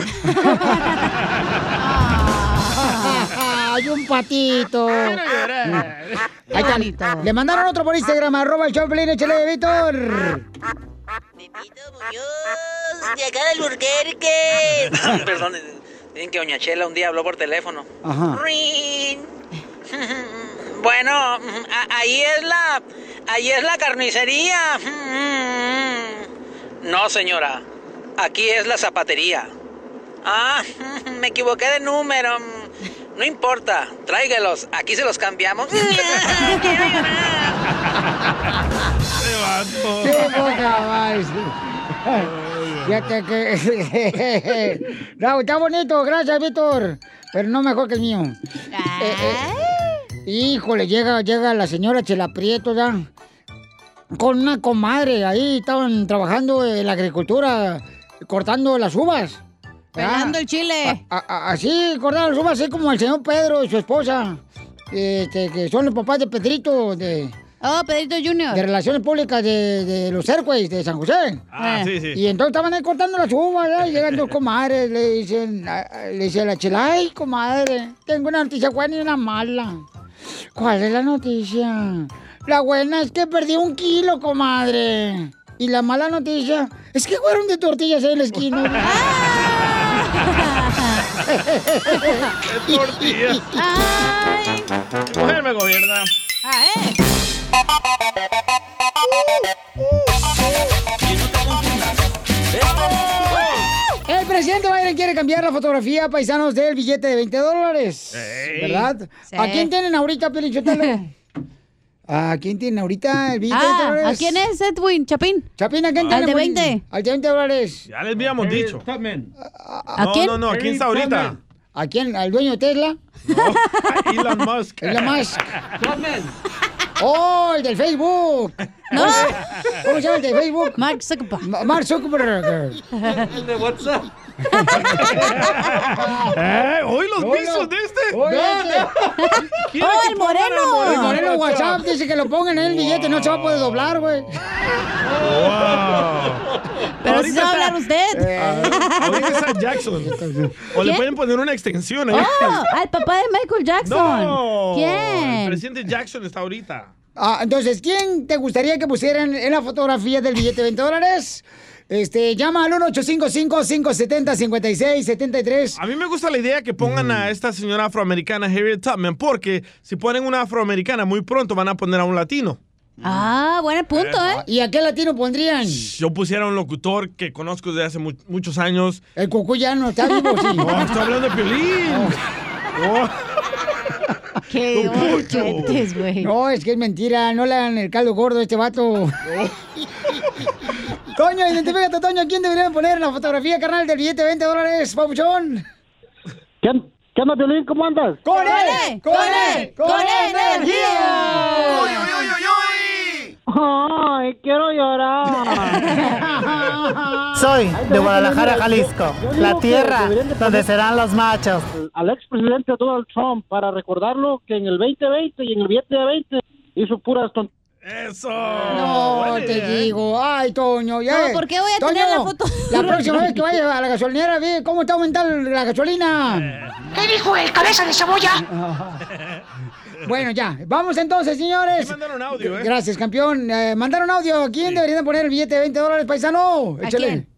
B: Ah,
A: Hay un patito. Ahí está. Le mandaron otro por Instagram, arroba el Choplin, échale, Víctor.
S: De acá del Burgerque. Perdón, dicen que Doña Chela un día habló por teléfono.
A: Ajá.
S: Ring. Bueno, a- ahí es la. Ahí es la carnicería. Mm, No, señora. Aquí es la zapatería. Ah, me equivoqué de número. Mm, No importa, tráigalos. Aquí se los cambiamos.
A: ¡Qué poca más! Fíjate que. no, está bonito, gracias, Víctor. Pero no mejor que el mío. Eh, eh, Híjole, llega, llega la señora Chela Prieto ya. Con una comadre ahí, estaban trabajando en la agricultura, cortando las uvas.
J: Pelando el chile.
A: A- a- así, cortando las uvas, así como el señor Pedro y su esposa, este, que son los papás de Pedrito, de.
J: Oh, Pedrito Junior.
A: De Relaciones Públicas de, de los Airways de San José.
J: Ah, sí, sí.
A: Y entonces estaban ahí cortando las uvas, ¿eh? llegan dos comadres, le dicen, a- a- le dice la chela, ay, comadre, tengo una noticia buena y una mala. ¿Cuál es la noticia? La buena es que perdí un kilo, comadre. Y la mala noticia es que fueron de tortillas ahí en la esquina.
J: Ah.
H: tortillas.
J: Ay.
B: Mi Ah. mujer me gobierna.
J: Ah, eh.
A: El presidente Biden quiere cambiar la fotografía, paisanos, del billete de 20 dólares.
H: Ey.
A: ¿Verdad?
J: Sí.
A: ¿A quién tienen ahorita, Piolín Sotelo? ¿A quién tienen ahorita el billete de 20
J: Ah, ¿a
A: dólares?
J: quién es Edwin? Chapín.
A: Chapín, ¿a quién
J: Al de
A: tiene,
J: 20.
A: Al de 20 dólares.
B: Ya les habíamos dicho.
A: ¿A
B: no,
A: quién?
B: no, no, ¿a quién está ahorita?
A: ¿A quién? ¿Al dueño de Tesla?
B: Elon Musk.
A: Elon Musk. ¡Oh, el del Facebook!
J: No.
A: ¿Cómo se llama el del Facebook?
J: Mark Zuckerberg.
A: Ma- Mark Zuckerberg.
H: El de WhatsApp.
B: Eh, hoy los
A: No,
B: pisos
A: no.
B: de este.
A: Hoy este.
B: ¿Quiere
J: ¡Oh,
B: que pongan al moreno
A: El moreno
B: en WhatsApp?
A: WhatsApp dice que lo pongan en el billete, no se va a poder doblar, güey.
J: Pero si sabe hablar
A: Eh,
J: usted.
B: Ahorita está Jackson. O le
J: ¿Quién?
B: pueden poner una extensión. ahí.
J: Oh, al papá de Michael Jackson.
B: No. El
J: ¿Quién?
B: presidente Jackson está ahorita.
A: Ah, entonces, ¿quién te gustaría que pusieran en la fotografía del billete de 20 dólares? Este, llama al 1-855-570-5673.
B: A mí me gusta la idea que pongan
A: Mm.
B: a esta señora afroamericana Harriet Tubman, porque si ponen una afroamericana muy pronto van a poner a un latino.
J: Ah, buen punto, ¿eh?
A: ¿Y a qué latino pondrían?
B: Yo pusiera un locutor que conozco desde hace mu- muchos años.
A: El cucuyano, está vivo, sí.
B: No, estoy hablando de Piolín. Oh.
J: Qué
A: Don Poncho.
J: ojetes, güey.
A: No, es que es mentira, no le hagan el caldo gordo a este vato. Toño, identifícate, Toño, ¿quién debería poner en la fotografía, carnal, del billete de 20 dólares, papuchón?
T: ¿Qué, qué onda, Piolín? ¿Cómo andas?
A: ¡Con
J: E,
A: él! ¡Con él! ¡Con E energía!
H: ¡Uy, uy, uy,
T: ¡Ay, quiero llorar!
U: Soy
T: Ay,
U: de
T: yo-
U: Guadalajara,
T: yo-
U: Jalisco,
T: yo digo
U: la
T: que
U: tierra
T: deberían de
U: donde
T: poner
U: serán los machos.
T: Al expresidente Donald Trump para recordarlo que en el 2020 y en el billete de 20 hizo puras tonterías.
B: Eso.
A: No, te
I: ¿eh?
A: digo. Ay, Toño, ya.
J: No, ¿por qué voy a
A: Toño,
J: tener la foto?
A: La próxima vez que vayas a la gasolinera, ve cómo está aumentando la gasolina.
H: ¿Qué dijo el cabeza de cebolla?
A: Bueno, ya. Vamos entonces, señores.
B: mandaron audio, ¿eh?
A: Gracias, campeón. Eh, mandaron audio. ¿A quién deberían poner el billete de 20 dólares, paisano?
V: ¿A
A: Échale.
V: quién?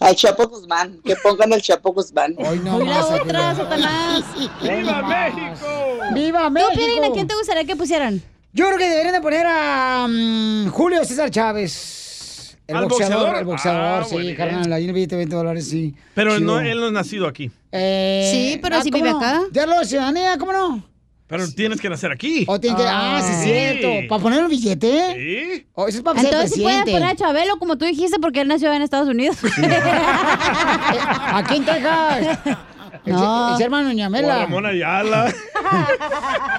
V: Al Chapo Guzmán, que pongan al Chapo Guzmán.
A: Hoy no
J: La otra, Satanás.
A: ¡Viva
B: México!
A: ¡Viva
J: ¿Tú, Piolín, a
A: México!
J: quién te gustaría que pusieran?
A: Yo creo que deberían de poner a mm, Julio César Chávez. El
B: ¿Al
A: boxeador,
B: boxeador?
A: el boxeador,
B: Ah, muy
A: sí,
B: bien.
A: carnal. Ahí en el billete de 20 dólares, sí.
B: Pero
A: Chido.
B: no, él no es nacido aquí.
A: Eh,
J: Sí, pero sí
A: ¿cómo
J: vive
A: no?
J: acá.
A: Ya lo de ciudadanía, ¿cómo no?
B: Pero tienes que nacer aquí.
A: O tiene que- ah, sí, es cierto. ¿Para poner el billete?
B: Sí.
A: O eso es para ser
J: Pues, Entonces sí pueden
A: presidente.
J: poner a Chabelo, como tú dijiste, porque él nació en Estados Unidos.
A: Aquí en Texas. Es, es hermano de
B: O a
A: Ñamela.
B: Ramón Ayala.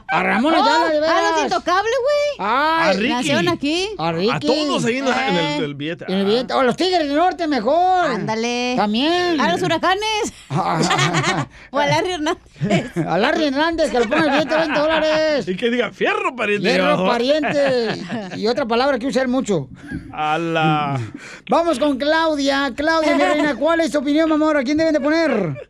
A: A Ramón Ayala, de veras.
J: Oh, A los intocables, güey.
A: Ay,
B: A Ricky.
J: Nacieron aquí. Eh.
A: A Ricky. Eh,
B: A todos ahí en, en el, el billete. Ah.
A: En el billete. O los Tigres del Norte, mejor. Ándale. También.
J: A los huracanes. o a Larry Hernández.
A: A Larry Hernández, que le ponga el billete de 20 dólares.
B: Y que diga fierro pariente.
A: Hierro
B: abajo.
A: pariente. Y otra palabra que usar mucho.
B: A la.
A: Vamos con Claudia. Claudia, mi reina, ¿cuál es tu opinión, mi amor? ¿A quién deben de poner?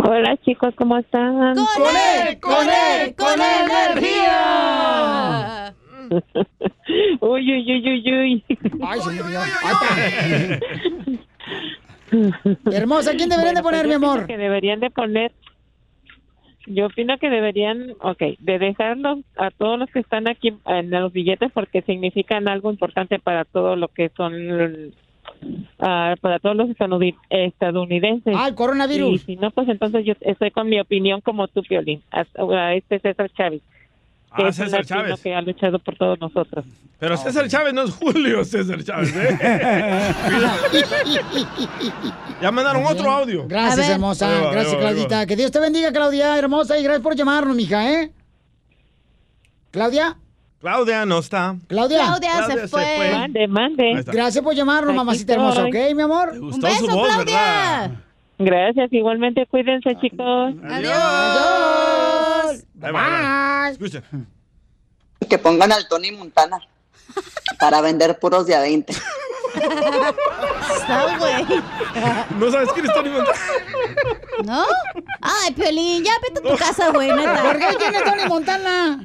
G: Hola chicos, ¿cómo están?
I: ¡Con
G: E,
I: él, con él, con E energía!
G: uy, uy, uy, uy, uy.
A: Ay, se murió. Ahí está. Hermosa, ¿quién deberían de
G: Bueno, pues
A: poner,
G: yo
A: mi amor?
G: opino Que deberían de poner. Yo opino que deberían, ok, de dejarlos a todos los que están aquí en los billetes porque significan algo importante para todo lo que son ah, para todos los estanudi- estadounidenses.
A: Ah, el coronavirus.
G: Y si no, pues entonces yo estoy con mi opinión como tú, Piolín. A, a este César Chávez. que
B: Ah,
G: es un
B: César
G: latino
B: Chávez.
G: Que ha luchado por todos nosotros.
B: Pero César Chávez no es Julio César Chávez, ¿eh? ya mandaron otro audio.
A: Gracias, hermosa.
B: Ahí va,
A: gracias,
B: ahí va, ahí va.
A: Claudita. Que Dios te bendiga, Claudia, hermosa. Y gracias por llamarnos, mija, ¿eh? ¿Claudia?
B: Claudia no está.
A: ¿Claudia?
B: Claudia se Claudia se fue. fue. Mande,
G: mande.
B: Ahí está.
A: Gracias por llamarnos,
G: Aquí
A: mamacita
G: estoy.
A: hermosa, ¿ok, mi amor?
B: Te gustó Un su beso, voz, Claudia. ¿verdad?
G: Gracias, igualmente cuídense, chicos.
A: Adiós.
G: Bye,
V: Que pongan al Tony Montana para vender puros de a 20.
J: Está, güey.
B: ¿No sabes quién es Tony Montana?
J: ¿No? Ay, Piolín, ya vete a tu casa, güey, neta.
A: ¿Por qué? ¿Quién es Tony Montana?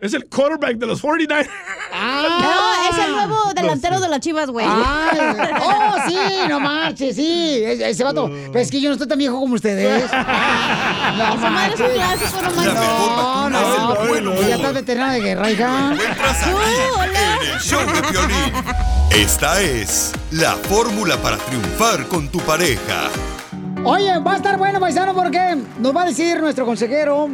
B: Es el quarterback de los 49.
A: Ah.
J: No, es el
B: Oh,
J: nuevo delantero de las chivas, güey.
A: Ay, oh, sí, no marches, sí. Ese, ese
B: Oh.
A: vato. Pero es que yo no estoy tan viejo como ustedes. No
J: Esa madre es un
A: marches.
J: clásico, no manches.
A: No, no, no, pues, ya estás veterana de guerra, hija.
D: El show de Piolín. Esta es la fórmula para triunfar con tu pareja.
A: Oye, va a estar bueno, paisano, porque nos va a decir nuestro consejero,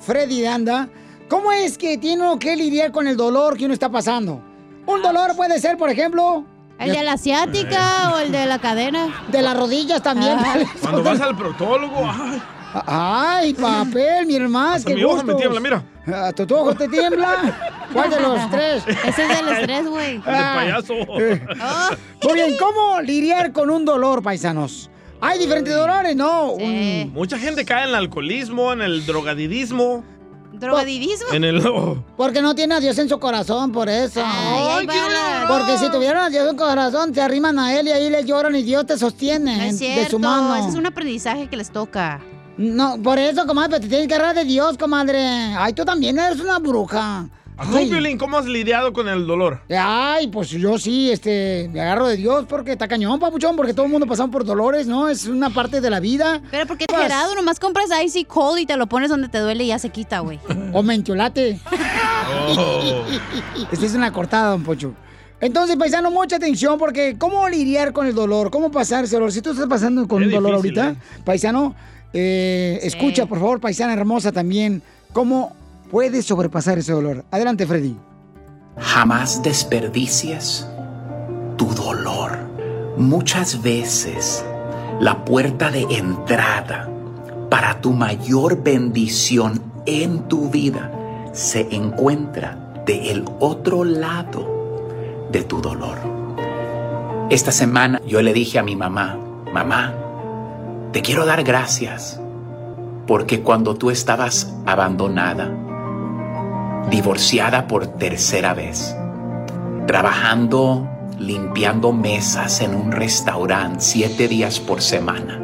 A: Freddy Danda, cómo es que tiene uno que lidiar con el dolor que uno está pasando. Un dolor puede ser, por ejemplo...
J: Ah.
A: Eh.
J: El de la asiática o el de la cadena.
A: De las rodillas también.
J: Ah.
B: Cuando vas al proctólogo, ay,
A: Ay, papel, mi hermano,
B: Hasta
A: qué
B: mi ojo
A: gusto.
B: me tiembla, mira.
A: Ah, ¿Tu, tu ojo te tiembla? ¿Cuál de los tres?
J: Ese es del estrés, güey.
A: El payaso. Muy bien, ¿cómo lidiar con un dolor, paisanos? Hay diferentes dolores, ¿no? Un-
B: mucha gente cae en el alcoholismo, en el drogadidismo.
J: ¿Drogadidismo?
B: En el. oh,
A: Porque no tiene a Dios en su corazón, por eso.
J: Ay, ahí va la-
A: Porque si tuvieran a Dios en su corazón, se arriman a él y ahí le lloran y Dios te sostiene
J: No
A: en-
J: es cierto.
A: de su mano.
J: Ese es un aprendizaje que les toca.
A: No, por eso, comadre, pero te tienes que agarrar de Dios, comadre. Ay, tú también eres una bruja.
B: ¿A tú, Piolín, cómo has lidiado con el dolor?
A: Ay, pues yo sí, este, me agarro de Dios porque está cañón, papuchón, porque todo el mundo pasamos por dolores, ¿no? Es una parte de la vida. Pues,
J: Pero porque qué exagerado, nomás compras Icy Cold y te lo pones donde te duele y ya se quita, güey.
A: O mentiolate.
B: Oh.
A: Esta es una cortada, don Pocho. Entonces, paisano, mucha atención porque ¿cómo lidiar con el dolor? ¿Cómo pasar ese dolor? Si tú estás pasando con
B: Es
A: un dolor
B: difícil,
A: ahorita, paisano, eh, escucha, por favor, paisana hermosa también, ¿cómo puedes sobrepasar ese dolor? Adelante, Freddy.
U: Jamás desperdicies tu dolor. Muchas veces la puerta de entrada para tu mayor bendición en tu vida se encuentra del otro lado de tu dolor. Esta semana yo le dije a mi mamá, mamá, te quiero dar gracias porque cuando tú estabas abandonada, divorciada por tercera vez, trabajando limpiando mesas en un restaurante siete días por semana.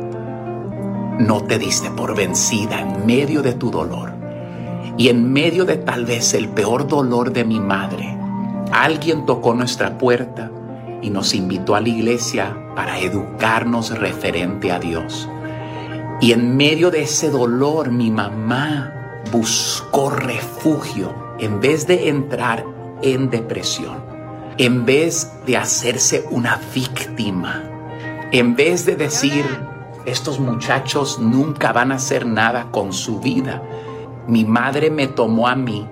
U: No te diste por vencida en medio de tu dolor y en medio de tal vez el peor dolor de mi madre. Alguien tocó nuestra puerta y nos invitó a la iglesia para educarnos referente a Dios. Y en medio de ese dolor mi mamá buscó refugio en vez de entrar en depresión, en vez de hacerse una víctima, en vez de decir, estos muchachos nunca van a hacer nada con su vida. Mi madre me tomó a mí,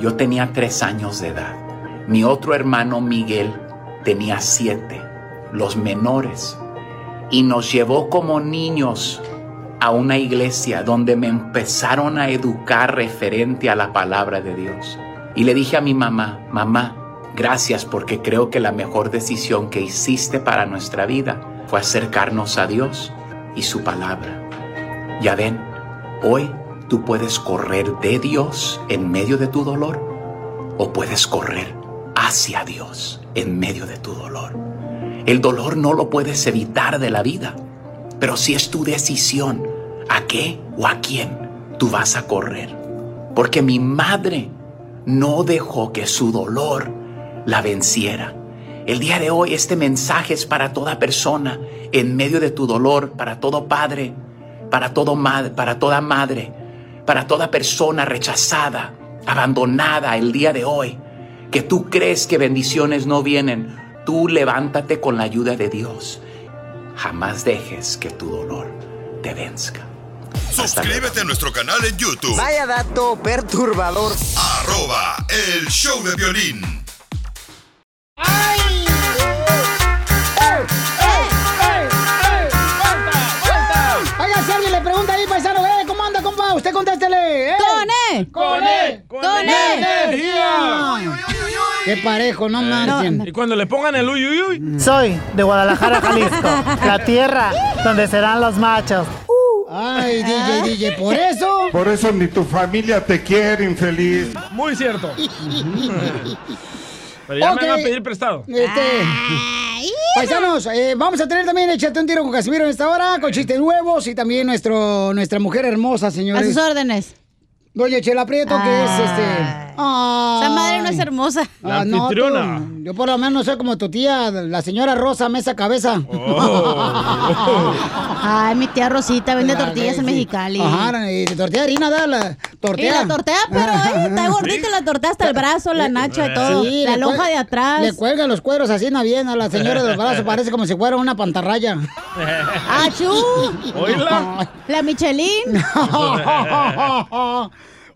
U: yo tenía tres años de edad. Mi otro hermano Miguel tenía siete, los menores. y nos llevó como niños a una iglesia donde me empezaron a educar referente a la palabra de Dios. Y le dije a mi mamá, mamá, gracias porque creo que la mejor decisión que hiciste para nuestra vida fue acercarnos a Dios y su palabra. Ya ven, hoy tú puedes correr de Dios en medio de tu dolor o puedes correr hacia Dios en medio de tu dolor. El dolor no lo puedes evitar de la vida, pero si es tu decisión a qué o a quién tú vas a correr. Porque mi madre no dejó que su dolor la venciera. El día de hoy este mensaje es para toda persona en medio de tu dolor, para todo padre, para, todo mad- para toda madre, para toda persona rechazada, abandonada el día de hoy, que tú crees que bendiciones no vienen, tú levántate con la ayuda de Dios. Jamás dejes que tu dolor te venzca.
D: Suscríbete a nuestro canal en YouTube.
W: Vaya dato perturbador.
D: Arroba El Show de Violín.
A: Oiga, si alguien le pregunta ahí, paisano, eh, ¿cómo anda, compa? Usted contéstele. ¿eh?
J: ¡Con E!
A: ¡Con E!
J: ¡Con
A: energía! ¡Qué parejo, no manchen!
B: Eh, Y cuando le pongan el uy, uy, uy.
F: Soy de Guadalajara, Jalisco, la tierra donde serán los machos.
A: Ay, DJ, DJ, por E. eso.
X: Por eso ni tu familia te quiere, infeliz.
B: Muy cierto. Pero ya
A: Ok.
B: me van a pedir prestado.
A: Este. Paisanos, eh, vamos a tener también Échate un tiro con Casimiro en esta hora, con chistes nuevos y también nuestro, nuestra mujer hermosa, señores.
J: A sus órdenes. Ah.
A: Doña Chela Prieto, que es este.
J: Esa madre no es hermosa.
A: Ah, no, tú, yo por lo menos soy como tu tía, la señora Rosa Mesa Cabeza.
J: Oh. Ay, mi tía Rosita vende tortillas en Mexicali.
A: Ajá, y de tortilla de harina, da la tortilla.
J: Y la tortea, pero eh, está gordita la tortea hasta el brazo, la nacha, todo.
A: Sí,
J: la
A: le
J: lonja
A: cuel-
J: de atrás.
A: Le cuelga los cueros así, no bien, a la señora del brazo, parece como si fuera una pantarraya.
J: ¡Achú!
A: Oíla.
J: Ah, La Michelin.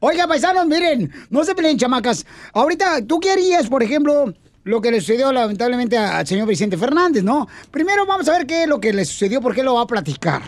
A: Oiga, paisanos, miren, no se peleen, chamacas. Ahorita, ¿tú qué harías, por ejemplo, lo que le sucedió lamentablemente a- al señor Vicente Fernández, no? Primero vamos a ver qué es lo que le sucedió, porque él lo va a platicar.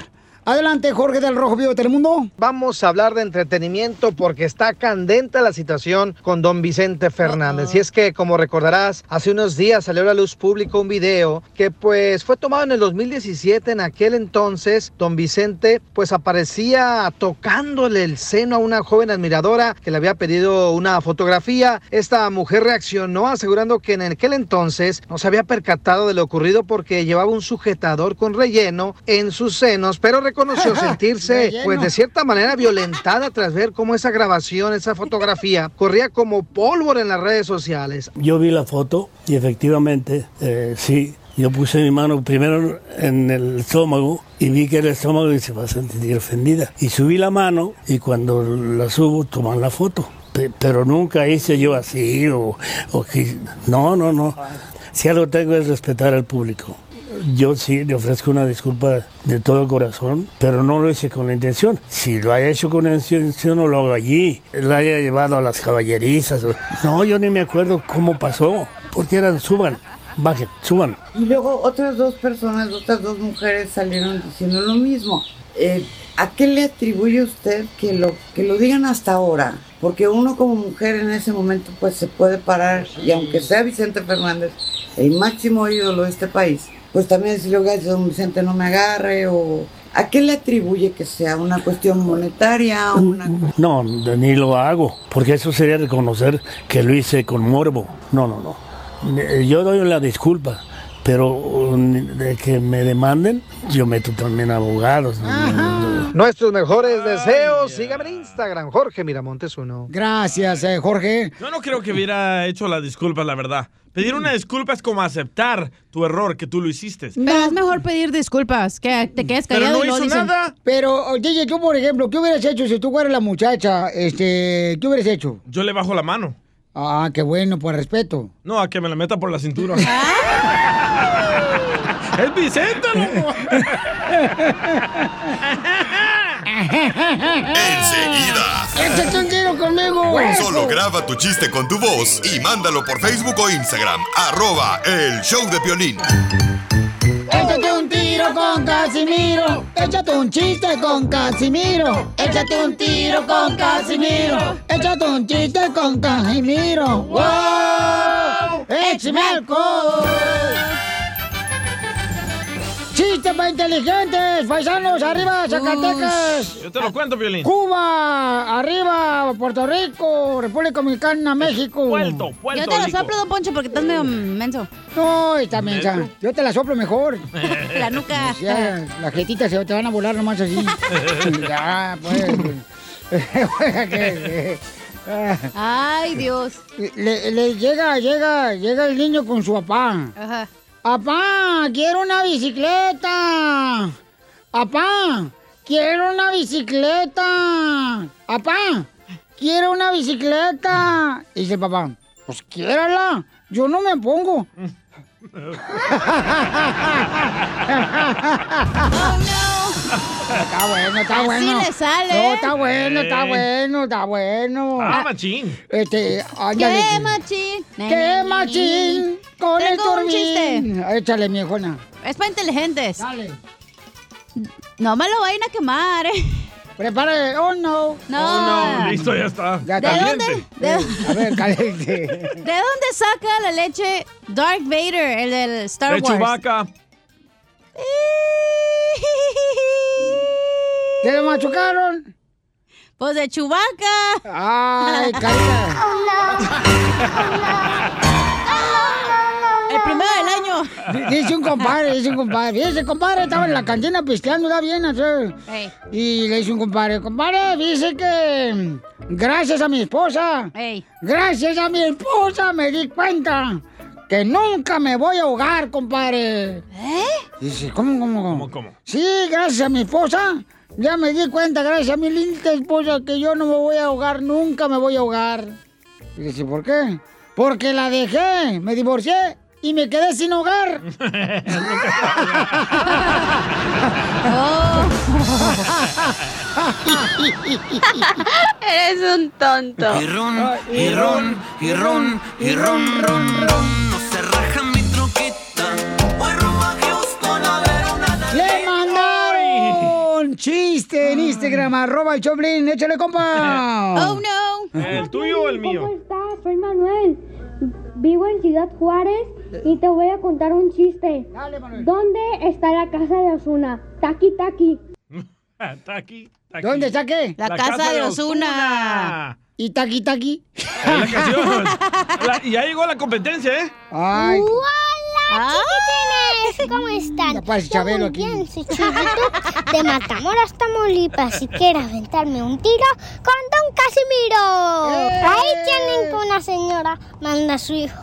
A: Adelante, Jorge del Rojo Vivo de Telemundo.
E: Vamos a hablar de entretenimiento porque está candente la situación con don Vicente Fernández. Y es que, como recordarás, hace unos días salió a la luz pública un video que pues fue tomado en el 2017. En aquel entonces, don Vicente pues aparecía tocándole el seno a una joven admiradora que le había pedido una fotografía. Esta mujer reaccionó asegurando que en aquel entonces no se había percatado de lo ocurrido porque llevaba un sujetador con relleno en sus senos, pero reconoció sentirse
F: Relleno.
E: pues de cierta manera violentada tras ver cómo esa grabación, esa fotografía corría como pólvora en las redes sociales.
F: Yo vi la foto y efectivamente, eh, sí, yo puse mi mano primero en el estómago y vi que el estómago y se va a sentir ofendida. Y subí la mano y cuando la subo toman la foto. Pe- Pero nunca hice yo así o, o que... No, no, no. Si algo tengo es respetar al público. Yo sí le ofrezco una disculpa de todo corazón, pero no lo hice con la intención. Si lo haya hecho con la intención, no lo hago allí. La haya llevado a las caballerizas. o- No, yo ni me acuerdo cómo pasó. Porque eran, suban, bajen, suban.
Y: Y luego otras dos personas, otras dos mujeres salieron diciendo lo mismo. Eh, ¿A qué le atribuye usted que lo, que lo digan hasta ahora? Porque uno como mujer en ese momento pues se puede parar y aunque sea Vicente Fernández, el máximo ídolo de este país, pues también decirle, oiga, don Vicente no me agarre o... ¿A qué le atribuye que sea una cuestión monetaria? Una...
F: No, ni lo hago, porque eso sería reconocer que lo hice con morbo. No, no, no. Eh, Yo doy la disculpa, pero um, de que me demanden, yo meto también abogados.
E: Nuestros mejores
B: Ah,
E: deseos. Sígame en Instagram, Jorge Miramontes uno.
A: Gracias, eh, Jorge.
B: Yo no creo que hubiera hecho las disculpas, la verdad. Pedir una disculpa es como aceptar tu error, que tú lo hiciste.
J: Pero es mejor pedir disculpas, que te quedes
B: Pero
J: callado
B: no
J: y luego
B: hizo
J: dicen,
B: nada.
A: Pero, oye, DJ, tú, por ejemplo, ¿qué hubieras hecho si tú fueras la muchacha? Este, ¿Qué hubieras hecho?
B: Yo le bajo la mano.
A: Ah, qué bueno, por respeto.
B: No, a que me la meta por la cintura. ¡Es Vicente, loco!
D: Enseguida.
A: ¡Échate un tiro conmigo!
D: Solo graba tu chiste con tu voz y mándalo por Facebook o Instagram. Arroba El Show de Violín.
A: Échate un tiro tiro con Casimiro. Échate un chiste con Casimiro. Échate un tiro con Casimiro. Échate un chiste con Casimiro. ¡Wow! ¡Échame alcohol! ¡Chistes para inteligentes! ¡Paisanos, arriba, Zacatecas!
B: Yo te lo cuento, Violín.
A: Cuba, arriba, Puerto Rico, República Dominicana, México.
B: Puerto,
J: Yo te la soplo, don Poncho, porque estás medio menso.
A: No, está mensa. Yo te la soplo mejor.
J: La nuca.
A: Ya, las jetitas se te van a volar nomás así. ya, pues.
J: Ay, Dios.
A: Le, le llega, llega, llega el niño con su papá.
J: Ajá.
A: Papá, quiero una bicicleta. Papá, quiero una bicicleta. Papá, quiero una bicicleta. Y dice el papá, pues quiérala. Yo no me pongo. Ah, Está bueno, está
H: Así
A: bueno.
H: le sale.
A: No, está bueno, está
H: Eh.
A: bueno, está bueno.
B: Ah, machín.
A: Este, ándale.
J: ¡Qué machín!
A: ¡Qué machín! Con el
J: Tengo un
A: turbín.
J: chiste.
A: Échale, miejona.
J: Es para inteligentes. No me lo vayan a quemar, eh.
A: Prepare. Oh, no.
J: No.
B: Listo, ya está.
J: Ah, ¿De dónde? de-
A: A ver, caliente.
J: ¿De dónde saca la leche Darth Vader, el del Star
B: De
J: Wars?
B: Chewbacca.
A: ¿Te lo machucaron?
J: Pues de Chubaca.
A: Ay, calla.
J: El primero del año.
A: Di- Dice un compadre, dice un compadre. Dice, compadre, estaba en la cantina pisteando, da bien. así. Y le dice un compadre, compadre, dice que mm, gracias a mi esposa, gracias a mi esposa me di cuenta que nunca me voy a ahogar, compadre.
J: ¿Eh?
A: Y Dice, ¿cómo, cómo, cómo? Sí, gracias a mi esposa. Ya me di cuenta, gracias a mi linda esposa, que yo no me voy a ahogar, nunca me voy a ahogar. Y dice, ¿por qué? Porque la dejé, me divorcié y me quedé sin hogar.
H: Eres un tonto.
U: Y ron, y ron, y ron, y ron, ron, ron. No se raja mi
A: ¡Le mandaron! Chiste en Instagram, arroba el choplin, échale compa.
J: Oh no.
B: ¿El tuyo o el mío?
C: Hola, soy Manuel. Vivo en Ciudad Juárez y te voy a contar un chiste. ¿Dónde está la casa de Osuna? Taki taki.
B: Está aquí. está aquí.
A: ¿Dónde está qué?
B: La La casa casa de de Ozuna. Ozuna.
A: Y taqui taqui.
B: Es la canción. La- y ya llegó la competencia, ¿eh?
A: Ay. Ah.
C: ¡Hola, chiquitines! ¿Cómo están?
A: Ya parece
C: Yo
A: Chabelo
C: muy
A: aquí.
C: bien, soy Chuyito de Matamoros, Tamaulipas. Si quiero aventarme un tiro con Don Casimiro.
A: ¡Eh!
C: Ahí tienen que una señora manda a su hijo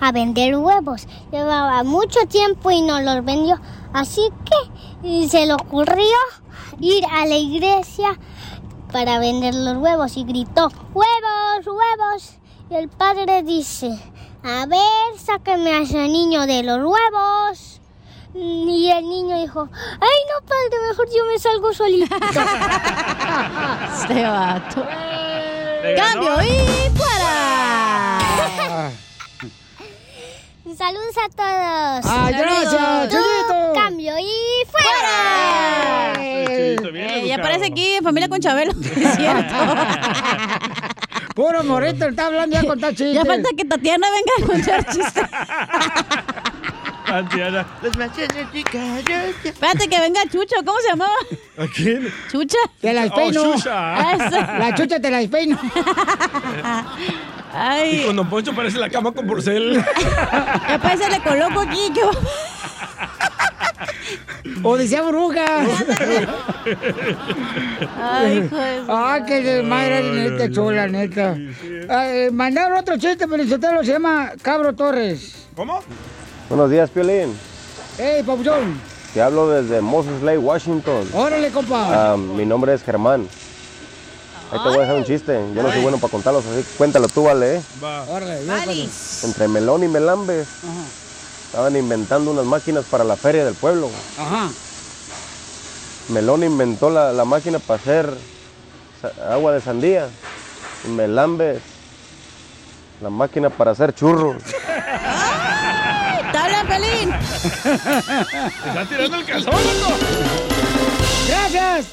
C: a vender huevos. Llevaba mucho tiempo y no los vendió. Así que y se le ocurrió ir a la iglesia para vender los huevos y gritó, huevos, huevos. Y el padre dice, a ver, sáqueme a ese niño de los huevos. Mm, Y el niño dijo, ay no, padre, mejor yo me salgo solito.
J: Este vato.
C: Te ganó.
J: Cambio y fuera.
C: Saludos a todos.
J: Ah,
A: Ay, gracias, Chuyito.
C: Cambio y fuera.
J: Eh, ya aparece aquí en familia con Chabelo. Es cierto.
A: Puro morrito, está hablando ya con chistes.
J: Ya falta que Tatiana venga a contar chistes.
B: Tatiana.
J: Espérate que venga Chucho. ¿Cómo se llamaba?
B: ¿A quién?
J: Chucha. Ah,
A: Te la despeino.
B: Oh, chucha.
J: Eso.
A: La chucha te la despeino.
J: Ay.
B: Y con Don Poncho parece la cama con porcel.
J: Ya parece le coloco aquí. que va-
A: O decía bruja.
J: Ay, hijo de su
A: Ah, qué desmadre, neta, chola, neta. Eh, mandaron otro chiste, pero se llama Cabro Torres.
B: ¿Cómo?
L: Buenos días, Piolín.
A: Ey, Papuchón.
L: Te hablo desde Moses Lake, Washington.
A: Órale, compa.
L: Ah, mi nombre es Germán. Ahí te voy a dejar un chiste. Yo no soy bueno para contarlos, así que cuéntalo tú, vale. ¿eh?
A: Órale,
L: Entre Melón y Melambes estaban inventando unas máquinas para la feria del pueblo.
A: Ajá.
L: Melón inventó la, la máquina para hacer sa- agua de sandía. Y Melambes, la máquina para hacer churros.
J: Ay, te hablan, Pelín!
B: ¡Está tirando el calzón, loco!
A: ¡Gracias!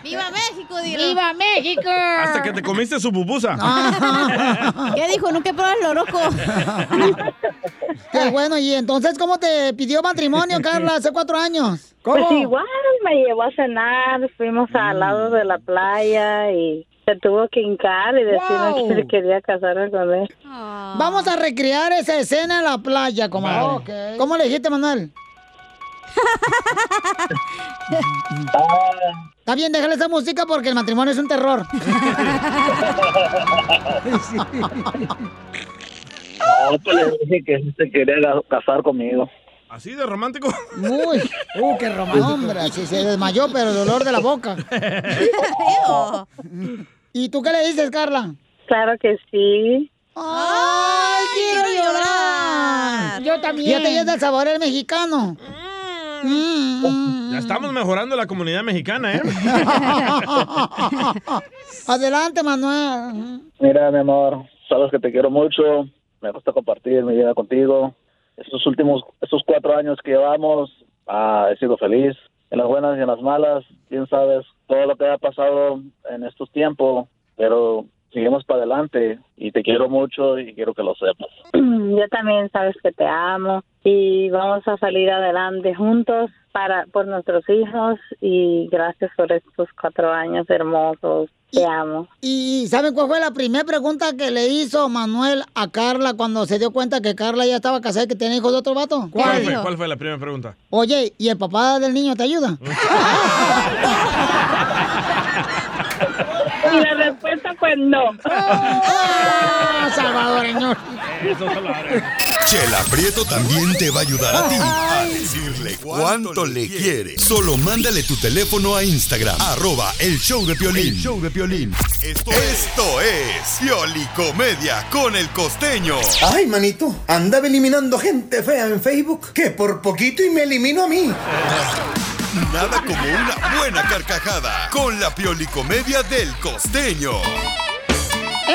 J: ¡Viva México, dilo!
A: ¡Viva México!
B: Hasta que te comiste su pupusa.
J: ¿Qué dijo? Nunca pruebas el oroco.
A: Qué bueno, y entonces, ¿cómo te pidió matrimonio, Carla, hace cuatro años? ¿Cómo?
M: Pues igual me llevó a cenar, fuimos
A: Mm.
M: al lado de la playa y se tuvo que hincar y decirme
A: Wow.
M: que se quería casarme con él.
A: Vamos a recrear esa escena en la playa,
M: Ah,
A: comadre. ¿Cómo le dijiste, Manuel? Está bien, déjale esa música porque el matrimonio es un terror.
N: No, pues le dije que sí se quería ga- casar conmigo.
B: Así de romántico.
A: Uy, uh, qué romántico. Hombre, así se desmayó, pero el dolor de la boca. ¿Y tú qué le dices, Carla?
M: Claro que sí.
A: ¡Ay, quiero llorar! Ah, Yo también. Ya te llenas el sabor el mexicano. Mm.
B: Ya estamos mejorando la comunidad mexicana, ¿eh?
A: Adelante, Manuel.
N: Mira, mi amor, sabes que te quiero mucho. Me gusta compartir mi vida contigo. Estos últimos, estos cuatro años que llevamos, ah, he sido feliz. En las buenas y en las malas, quién sabes todo lo que ha pasado en estos tiempos, pero seguimos para adelante y te quiero mucho y quiero que lo sepas.
M: Yo también sabes que te amo y vamos a salir adelante juntos para por nuestros hijos y gracias por estos cuatro años hermosos. Te amo.
A: ¿Y saben cuál fue la primera pregunta que le hizo Manuel a Carla cuando se dio cuenta que Carla ya estaba casada y que tenía hijos de otro vato?
B: ¿Cuál fue, cuál fue la primera pregunta?
A: Oye, ¿y el papá del niño te ayuda?
M: Y la respuesta fue no.
A: Ah, salvadoreño.
D: Chela Prieto también te va a ayudar a ti a decirle cuánto le quiere. Solo mándale tu teléfono a Instagram, arroba el show de Piolín. show de Piolín. Esto, esto es Piolicomedia con el Costeño.
P: Ay, manito, andaba eliminando gente fea en Facebook que por poquito y me elimino a mí.
D: Nada como una buena carcajada con la Piolicomedia del Costeño.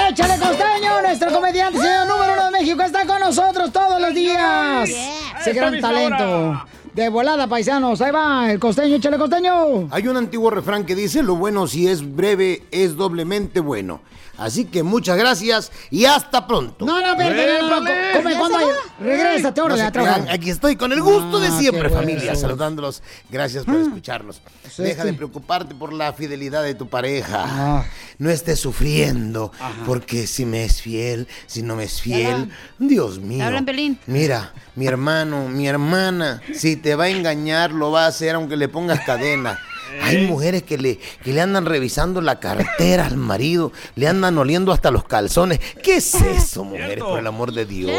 A: ¡Échale costeño! Nuestro comediante, señor número uno de México, está con nosotros todos los días. Ese
P: está
A: gran
P: mi
A: talento.
P: sobra.
A: De volada, paisanos. Ahí va, el costeño, échale costeño.
P: Hay un antiguo refrán que dice, lo bueno si es breve es doblemente bueno. Así que muchas gracias y hasta pronto.
A: No, no, espérate, no, no, no,
P: Épale.
A: come, ¿cuándo hay? Regrésate, órale,
P: se
A: a trabajar.
P: crean, Aquí estoy con el gusto de
A: Ah,
P: siempre,
A: qué
P: familia,
A: bueno. Ah. Pues
P: saludándolos. Gracias por escucharnos.
A: este.
P: Deja de preocuparte por la fidelidad de tu pareja. Ah,
A: Ah.
P: No estés sufriendo, porque si me es fiel, si no me es fiel, Dios mío.
J: Hablan pelín.
P: Mira, mi hermano, mi hermana, si te va a engañar, lo va a hacer aunque le pongas cadena.
A: Eh.
P: Hay mujeres que le, que le andan revisando la cartera al marido, le andan oliendo hasta los calzones. ¿Qué es eso, mujeres, por el amor de Dios?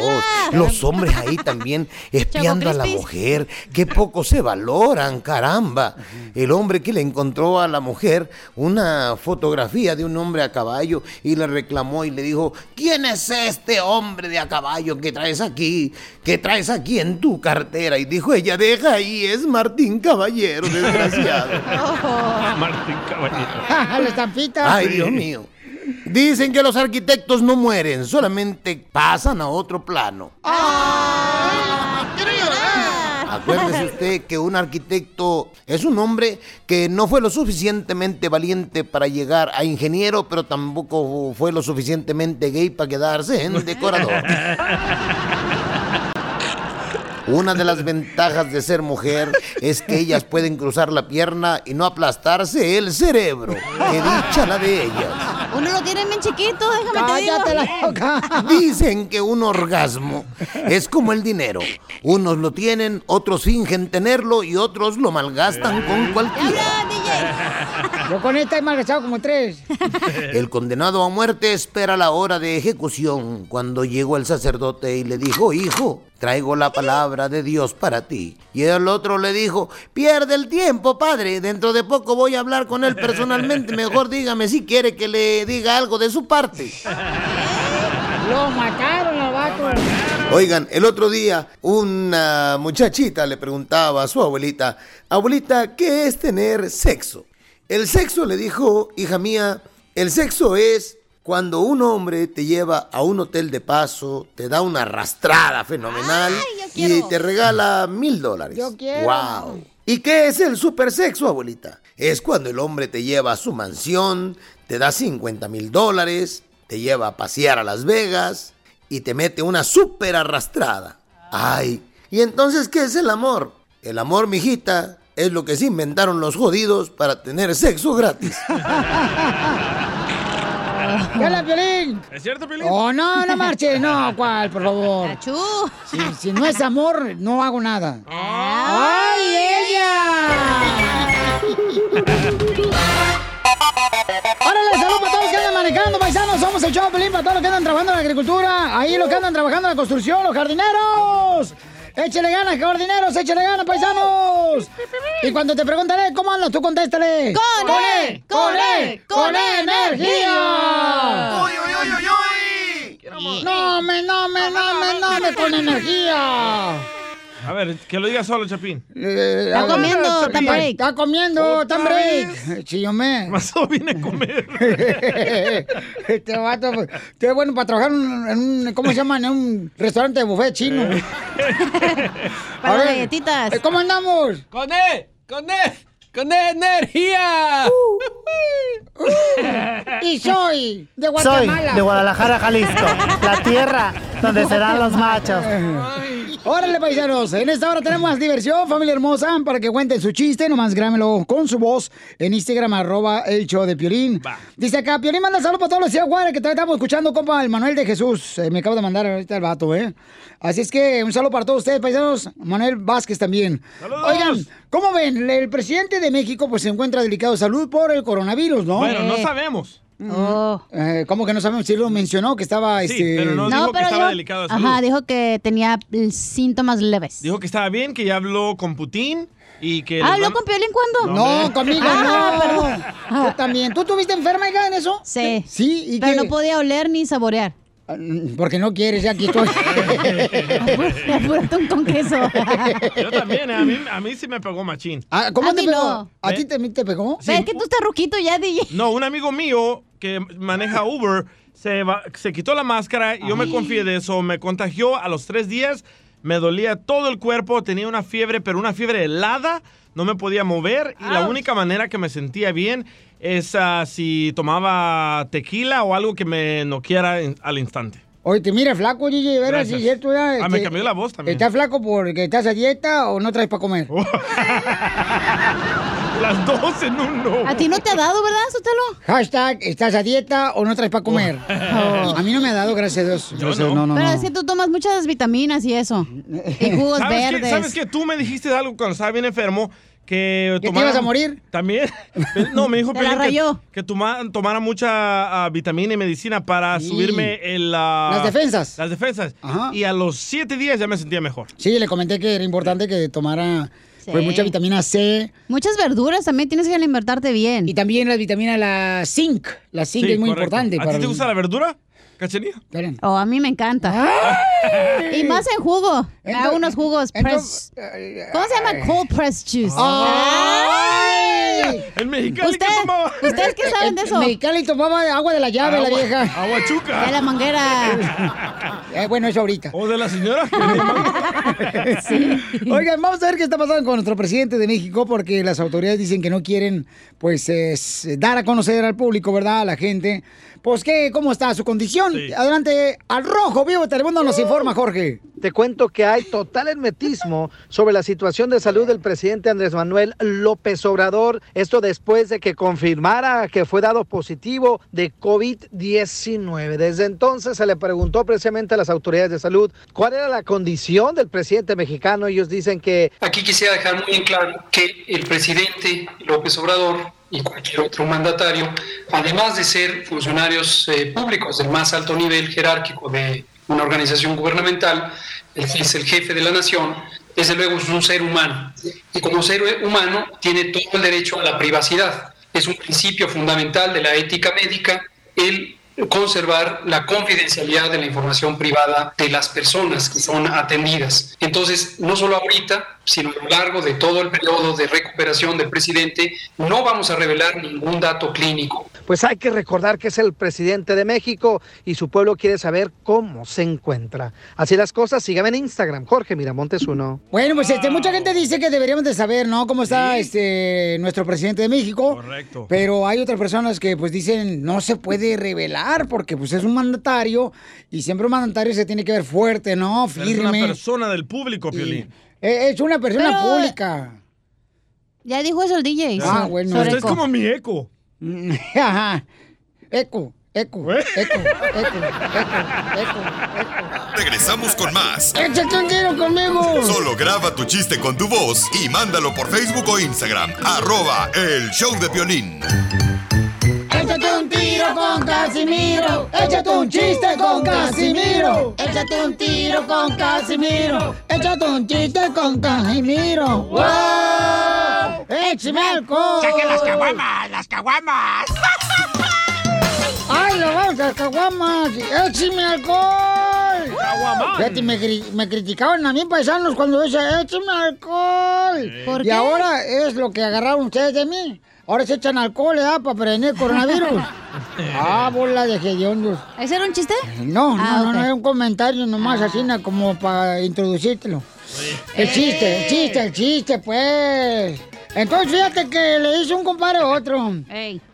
P: Los hombres ahí también espiando a la
Q: Crispis.
P: mujer. Qué poco se valoran, caramba. El hombre que le encontró a la mujer una fotografía de un hombre a caballo y le reclamó y le dijo, ¿quién es este hombre de a caballo que traes aquí? ¿Qué traes aquí en tu cartera? Y dijo ella, deja ahí, es Martín Caballero, desgraciado.
B: Martín Caballero.
A: la estampita.
P: Ay, Dios mío. Dicen que los arquitectos no mueren, solamente pasan a otro plano. Acuérdese usted que un arquitecto es un hombre que no fue lo suficientemente valiente para llegar a ingeniero, pero tampoco fue lo suficientemente gay para quedarse en decorador. Una de las ventajas de ser mujer es que ellas pueden cruzar la pierna y no aplastarse el cerebro. ¡Qué dicha la de ellas!
J: Uno lo tiene bien chiquito, déjame te digo.
P: Cállate
A: la
P: Dicen que un orgasmo es como el dinero. Unos lo tienen, otros fingen tenerlo y otros lo malgastan con cualquiera.
A: Yo con esta he malgastado como tres.
P: El condenado a muerte espera la hora de ejecución cuando llegó el sacerdote y le dijo, hijo, traigo la palabra de Dios para ti. Y el otro le dijo, pierde el tiempo, padre, dentro de poco voy a hablar con él personalmente, mejor dígame si quiere que le diga algo de su parte.
A: Lo mataron al vato.
P: Oigan, el otro día una muchachita le preguntaba a su abuelita, abuelita, ¿qué es tener sexo? El sexo, le dijo, hija mía, el sexo es cuando un hombre te lleva a un hotel de paso, te da una arrastrada fenomenal y te regala mil dólares.
A: Yo quiero.
P: ¡Wow! ¿Y qué es el supersexo, abuelita? Es cuando el hombre te lleva a su mansión, te da 50 mil dólares, te lleva a pasear a Las Vegas y te mete una super arrastrada. ¡Ay! ¿Y entonces qué es el amor? El amor, mijita, es lo que se inventaron los jodidos para tener sexo gratis.
A: ¡Ya la Piolín!
B: ¿Es cierto, Piolín?
A: Oh, no, no marches, no, cuál, por favor. Si, si no es amor, no hago nada. ¡Ay, ella! ¡Órale, salud para todos los que andan manejando, paisanos! Somos el show, Piolín, para todos los que andan trabajando en la agricultura, ahí los que andan trabajando en la construcción, los jardineros. Échale ganas, jardineros, échale ganas, paisanos. Y cuando te preguntaré cómo andas, tú contéstale.
I: ¡Con E, con E, con E
A: energía!
I: energía!
A: No me, no me, no me, no me con energía.
B: A ver, que lo diga solo, Chapín.
A: Está
B: comiendo, está break.
A: Está comiendo, está
B: ¿Otra
A: break. Chillomé.
B: Pasó, vine a comer.
A: este vato, qué bueno para trabajar en un- en un, ¿cómo se llama? En un restaurante de buffet chino.
J: Para las
A: galletitas. ¿Cómo andamos?
I: Con E, con E, con E energía.
A: Uh. Y soy de
Q: Soy
A: Guatemala.
Q: de Guadalajara, Jalisco, la tierra donde serán los machos.
A: Órale, paisanos. En esta hora tenemos más diversión, familia hermosa, para que cuenten su chiste. Nomás grámelo con su voz en Instagram, arroba el show de Piolín. Dice acá, Piolín manda saludos para todos los Ciaguara que todavía estamos escuchando, compa, el Manuel de Jesús. Eh, me acabo de mandar ahorita el vato, ¿eh? Así es que un saludo para todos ustedes, paisanos. Manuel Vázquez también.
I: ¡Saludos!
A: Oigan, ¿cómo ven? El presidente de México pues se encuentra delicado de salud por el coronavirus, ¿no?
B: Bueno, no sabemos.
A: Eh, ¿Cómo que no sabemos? Si lo mencionó que estaba... este...
B: pero oh. no dijo que estaba delicado de salud.
J: Ajá, dijo que tenía mm, síntomas leves. Ah,
B: Dijo que estaba bien, que ya habló con Putin y que... les
J: ¿Habló
B: van-
J: con Piolín cuándo?
B: No,
A: No, conmigo
J: Ah,
A: no.
J: perdón. Ah.
A: Tú también. ¿Tú estuviste enferma, hija, en eso?
J: Sí.
A: Sí, ¿y
J: Pero
A: qué? Ah,
J: no podía oler ni saborear.
A: Porque no quieres, ya aquí estoy.
J: Apúrate un con queso.
B: Yo también, eh, a mí, a mí sí me pegó machín.
A: Ah, ¿Cómo
J: A
A: te
J: mí
A: pegó?
J: no.
A: ¿A ti también te pegó?
J: Pero es que tú estás ruquito ya, DJ.
B: No, un amigo mío que maneja Uber se, va- se quitó la máscara y yo me confié de eso. Me contagió a los tres días, me dolía todo el cuerpo, tenía una fiebre, pero una fiebre helada, no me podía mover y la única manera que me sentía bien es ah, si tomaba tequila o algo que me noqueara en- al instante.
A: Oye, te mira flaco, DJ, ¿verdad?
B: Gracias.
A: Sí, cierto, ya.
B: Ah, me
A: este,
B: cambió la voz también. Oh.
A: ¿Estás flaco porque estás a dieta o no traes para comer?
B: Las dos en uno.
J: A ti no te ha dado, ¿verdad, Sotelo?
A: Hashtag, ¿estás a dieta o no traes para comer?
J: Oh.
A: A mí no me ha dado, gracias a Dios. Gracias a Dios, no, no,
J: Pero
A: no.
J: es que tú tomas muchas vitaminas y eso. Y jugos
B: ¿Sabes qué?
J: verdes.
B: ¿Sabes qué? Tú me dijiste de algo cuando estaba bien enfermo. Que,
J: ¿Que te
B: tomara-
J: ibas a morir?
B: También. No, me dijo
J: Te la
B: Piolín
J: rayó.
B: que, que toma- tomara mucha ah, vitamina y medicina para subirme el, ah,
A: Las defensas.
B: Las defensas.
A: Ajá.
B: Y a los siete días ya me sentía mejor.
A: Sí, le comenté que era importante que tomara pues,
J: Sí.
A: mucha vitamina C.
J: Muchas verduras también tienes que alimentarte bien. Y
A: también la vitamina la zinc. La zinc
B: Sí,
A: es muy
B: correcto.
A: importante.
B: ¿A ti te gusta la verdura? ¿Cachanilla?
J: Oh, a mí me encanta. Y más en jugo. Me hago unos jugos press. ¿Cómo se llama? Cold press juice.
A: ¡Ay!
B: El
J: ¿Ustedes, ¿Ustedes qué saben de eso?
A: Mexicali tomaba agua de la llave, la
J: Agua-
A: vieja.
B: Agua chuca.
J: De la manguera.
A: Eh, bueno, eso ahorita.
B: ¿O de la señora?
A: Oigan, vamos a ver qué está pasando con nuestro presidente de México, porque las autoridades dicen que no quieren, pues, es, dar a conocer al público, ¿verdad? A la gente. Pues, ¿qué? ¿Cómo está su condición? Adelante, al rojo, vivo, Telemundo nos informa, Jorge.
E: Te cuento que hay total hermetismo sobre la situación de salud del presidente Andrés Manuel López Obrador. Esto después de que confirmara que fue dado positivo de COVID-19. Desde entonces se le preguntó precisamente a las autoridades de salud cuál era la condición del presidente mexicano. Ellos dicen que
R: Aquí quisiera dejar muy en claro que el presidente López Obrador y cualquier otro mandatario, además de ser funcionarios eh, públicos del más alto nivel jerárquico de una organización gubernamental, el- es el jefe de la nación, desde luego es un ser humano. Y como ser humano tiene todo el derecho a la privacidad. Es un principio fundamental de la ética médica el conservar la confidencialidad de la información privada de las personas que son atendidas. Entonces, no solo ahorita, sino a lo largo de todo el periodo de recuperación del presidente, no vamos a revelar ningún dato clínico.
E: Pues hay que recordar que es el presidente de México y su pueblo quiere saber cómo se encuentra. Así las cosas, síganme en Instagram, Jorge Miramontes uno.
A: Bueno, pues este, mucha gente dice que deberíamos de saber, ¿no? Cómo está este nuestro presidente de México.
B: Correcto.
A: Pero hay otras personas que pues dicen no se puede revelar porque pues es un mandatario y siempre un mandatario se tiene que ver fuerte, ¿no?
B: Pero Es una
A: Firme.
B: persona del público, Piolín.
A: Eh, Es una persona
J: Pero-
A: pública.
J: Ya dijo eso el DJ.
A: Ah,
J: so-
A: bueno.
J: sobre co-
B: mi eco.
A: Ajá. Eco, eco,
I: ¿Eh?
A: eco, eco, eco,
D: Regresamos con más.
A: eco. ¡Échate un tiro conmigo!
D: Solo graba tu chiste con tu voz y mándalo por Facebook o Instagram. Arroba el show de Piolín.
A: Échate un tiro con Casimiro. Échate un chiste con Casimiro. Échate un tiro con Casimiro. Échate un chiste con Casimiro. ¡Wow! ¡Échame alcohol!
I: ¡Saque las caguamas! ¡Las caguamas!
A: ¡Ay, lo vamos a caguamas! ¡Échame alcohol!
I: Caguamán.
A: Fíjate, me, cri- me criticaban a mí paisanos cuando decía, échame alcohol.
I: ¿Por
A: y
I: qué?
A: ahora es lo que agarraron ustedes de mí. Ahora se echan alcohol, ¿eh? Para prevenir el coronavirus. ah, bola de hediondos.
J: ¿Ese era un chiste?
A: No,
J: Ah,
A: no, no,
J: ok. Ah.
A: no, era un comentario nomás así, na, como para introducírtelo. El chiste,
J: Eh.
A: el chiste, el chiste, pues. Entonces, fíjate que le hice un compadre a otro.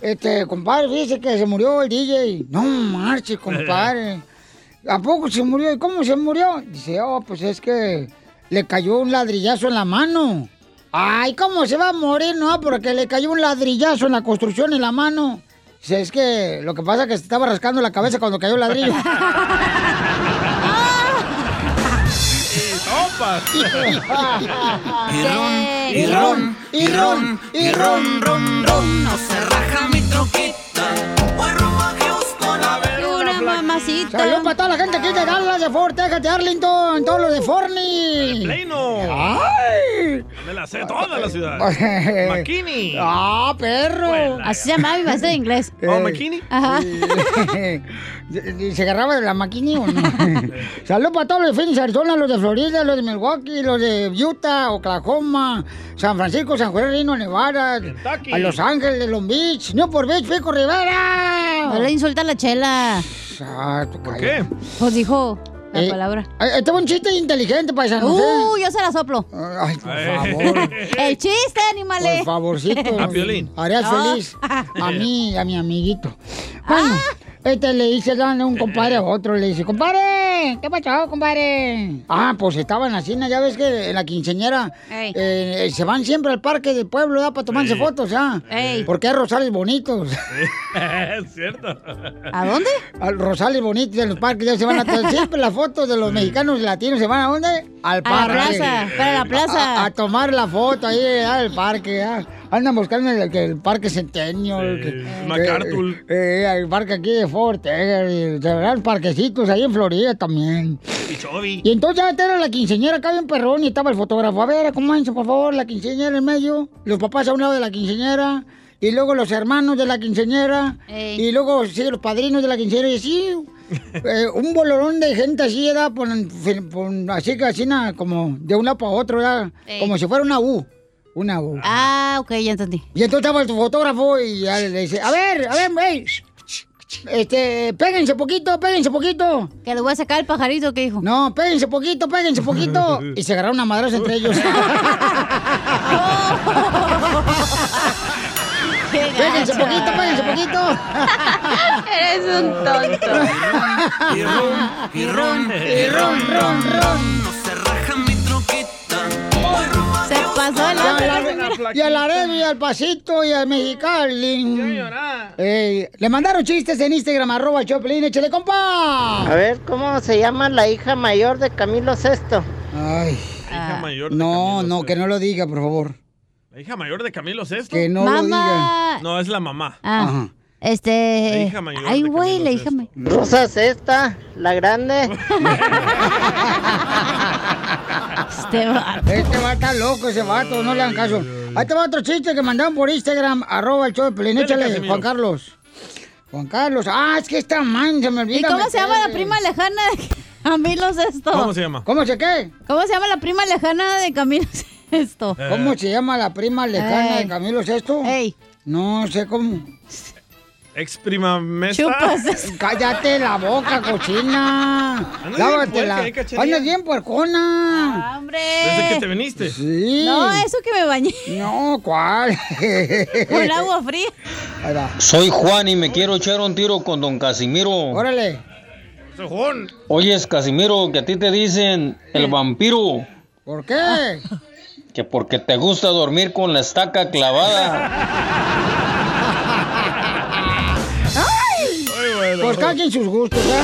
A: Este, compadre, fíjese que se murió el DJ. No marche, compadre. ¿A poco se murió? ¿Y cómo se murió? Dice, oh, pues es que le cayó un ladrillazo en la mano. Ay, ¿cómo se va a morir? No, porque le cayó un ladrillazo en la construcción en la mano. Dice, es que lo que pasa es que se estaba rascando la cabeza cuando cayó el ladrillo.
I: ¡Opa!
A: Y
I: ron,
A: y ron, y ron, y ron, ron, ron.
I: No se raja mi troquita. Puerro magios con la
J: Una mamacita.
A: Saludos para toda la gente aquí de Dallas, de Fort Texas, de Arlington, todos los de Forney.
B: Plano.
A: ¡Ay!
B: Me la sé toda la ciudad.
A: Eh,
B: McKinney.
A: ¡Ah, perro!
J: Así se llamaba mi maestra de inglés.
A: Eh,
J: Ajá.
A: ¿Y ¿Se agarraba de la McKinney o no? Saludos para todos los de Phoenix, Arizona, los de Florida, los de Milwaukee, los de Utah, Oklahoma, San Francisco, San Juan Reno, Nevada, a Los Ángeles, Long Beach, Newport Beach, Pico Rivera.
J: No le insulta la chela.
A: ¿Por
B: qué?
J: Pues dijo la
A: ah, Eh,
J: palabra.
A: Este es un chiste inteligente, paisano. Ah.
J: Uh, yo se la soplo.
A: Ay, por
B: Eh,
A: favor.
J: El chiste, animales.
A: Por favorcito.
J: Ah,
B: A Ah, Piolín.
A: Harías
J: No.
A: feliz a mí, a mi amiguito. Bueno,
I: Ah.
A: este le dice dando un compadre a otro, le dice, compadre, ¿qué pasó, compadre? Ah, pues estaba en la cena, ya ves que en la quinceñera
I: Ey.
A: eh, se van siempre al parque del pueblo ya, para tomarse
I: Ey.
A: fotos, ¿ya?
I: Ey.
A: Porque hay rosales bonitos.
B: es cierto.
A: ¿A dónde? Al Rosales Bonito de los parques. Ya se van a tomar siempre las fotos de los mexicanos y latinos. ¿Se van a dónde? Al
J: A la
A: parque.
J: plaza, para la plaza.
A: A, a tomar la foto ahí eh, al parque. ah. Andan buscando el, el parque Centenio. el, que- eh,
B: MacArthur.
A: eh, eh, el parque aquí de Fort Texas. y Se verán parquecitos ahí en Florida también.
B: Pichovi.
A: Y entonces ya era la quinceñera acá bien perrón y estaba el fotógrafo. A ver, acomódense por favor, la quinceñera en medio, los papás a un lado de la quinceñera, y luego los hermanos de la quinceñera,
J: Ey.
A: y luego sí, los padrinos de la quinceñera, y así, eh, un bolorón de gente así era, por, por- así que así na, como de un lado para otro, era
J: Ey.
A: como si fuera una U. Una U. Ah, ok, ya entendí. Y entonces estaba el fotógrafo y ya le dice, a ver, a ver, ey, este, péguense poquito, péguense poquito. Que le voy a sacar el pajarito que dijo. No, péguense poquito, péguense poquito. y se agarraron a madrazos entre ellos. péguense
I: gacho.
A: poquito, péguense poquito. Eres un tonto.
I: Y ron, y ron, y ron, ron, ron. No se raja mi troquita.
J: Se pasó el
A: Y al Laredo, y al Pasito, y al Mexicali. Eh, le mandaron chistes en Instagram, arroba Choplin, échale compa.
G: A ver, ¿cómo se llama la hija mayor de Camilo VI?
A: Ay.
J: Ah.
B: mayor
A: No, no, que no lo diga, por favor.
B: ¿La hija mayor de Camilo es esto?
A: Que no lo Mamá.
B: No, es la mamá.
J: Ah,
B: La
J: este.
B: hija mayor
J: Ay,
B: de
J: güey, la hija mayor.
G: Rosa Sexta, la grande.
A: Este vato. está loco, ese vato, no le hagan caso. Ahí te va otro chiste que mandaron por Instagram, arroba el show de Pelín,
I: Dale,
A: échale,
I: Casimiro.
A: Juan Carlos. Juan Carlos. Ah, es que esta man se me olvida.
J: ¿Y cómo se llama la
A: meterle.
J: prima lejana de Camilo Sesto?
A: ¿Cómo se llama? ¿Cómo se qué?
J: ¿Cómo se llama la prima lejana de Camilo Sesto?
B: Eh.
A: ¿Cómo se llama la prima lejana
J: Ey.
A: de Camilo Sesto? No sé cómo.
B: Ex prima mesa.
A: Cállate la boca, cochina.
B: Andas bien
A: Lávatela.
B: puerca, eh, cachanilla.
A: Andas bien puercona.
J: Ah, ¡Hombre!
B: Desde que te viniste.
A: Sí.
J: No, eso que me bañé.
A: No, ¿cuál?
J: Con agua fría.
A: Ahí va.
F: Soy Juan y me quiero echar un tiro con don Casimiro.
A: Órale.
F: Oyes, Casimiro, que a ti te dicen el vampiro,
A: ¿Por qué?
F: que porque te gusta dormir con la estaca clavada.
A: ¡Ay! Pues cada quien sus gustos, ¿eh?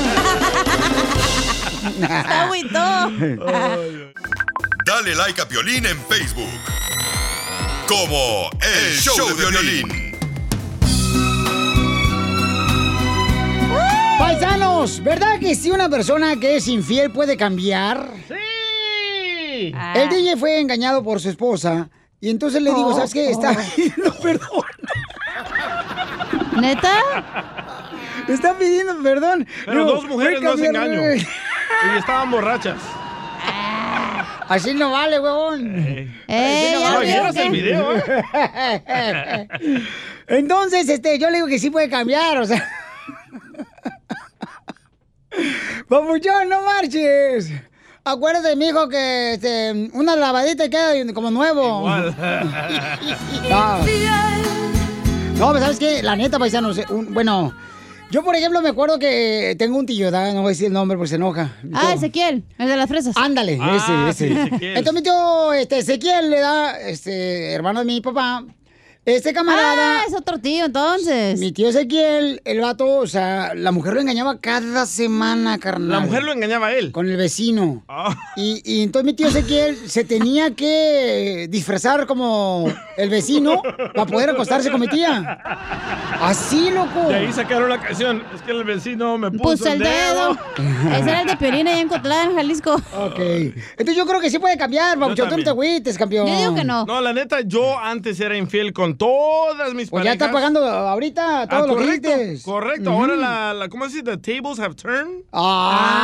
J: Está agüitó.
D: Dale like a Piolín en Facebook. Como El, Show, de Violín.
A: Paisanos, ¿verdad que si una persona que es infiel puede cambiar?
B: Sí.
A: El DJ fue engañado por su esposa y entonces le digo,
J: Ah. Oh,
A: ¿sabes qué? Está
J: oh.
A: pidiendo perdón.
J: ¿Neta?
A: Está pidiendo perdón.
B: Pero
A: Digo,
B: dos mujeres
A: voy a
B: no hacen
A: cambiar-
B: engaño. y estaban borrachas.
A: Ah, Así no vale, huevón. Así
B: ya
A: vale.
B: vieron el video, ¿eh?
A: Entonces, este, yo le digo que sí puede cambiar, o sea. Papuchón, no marches. Acuérdate, mijo, que este, una lavadita y queda como nuevo. No. No, pero ¿sabes qué? La neta, paisanos, eh, un- bueno, yo por ejemplo me acuerdo que tengo un tío, ¿da? no voy a decir el nombre porque se enoja.
J: Ah, Ezequiel, el de las fresas.
A: Ándale,
J: Ah,
A: ese,
J: sí,
A: ese.
J: Ezequiel.
A: Entonces mi tío, este, Ezequiel le da, este, hermano de mi papá, este camarada.
J: Ah, es otro tío, entonces.
A: Mi tío Ezequiel, el vato, o sea, la mujer lo engañaba cada semana, carnal.
B: La mujer lo
A: engañaba a él. Con el vecino.
B: Ah.
A: Y, y entonces mi tío Ezequiel se tenía que disfrazar como el vecino para poder acostarse con mi tía. Así, loco.
B: De ahí sacaron la canción. Es que el vecino me puso,
J: Puso el dedo. Ese era el de
B: Perú.
J: Perina allá en Cotlán, Jalisco.
A: Ok. Entonces yo creo que sí puede cambiar, Papuchón. Tú no te
B: también.
A: agüites, campeón.
B: No, la neta, yo antes era infiel con todas mis
A: Pues ya
B: parejas.
A: está pagando ahorita todo
B: Ah,
A: lo
B: correcto,
A: que dijiste.
B: correcto.
A: Ujú.
B: Ahora la, la- ¿cómo se dice? The tables have turned.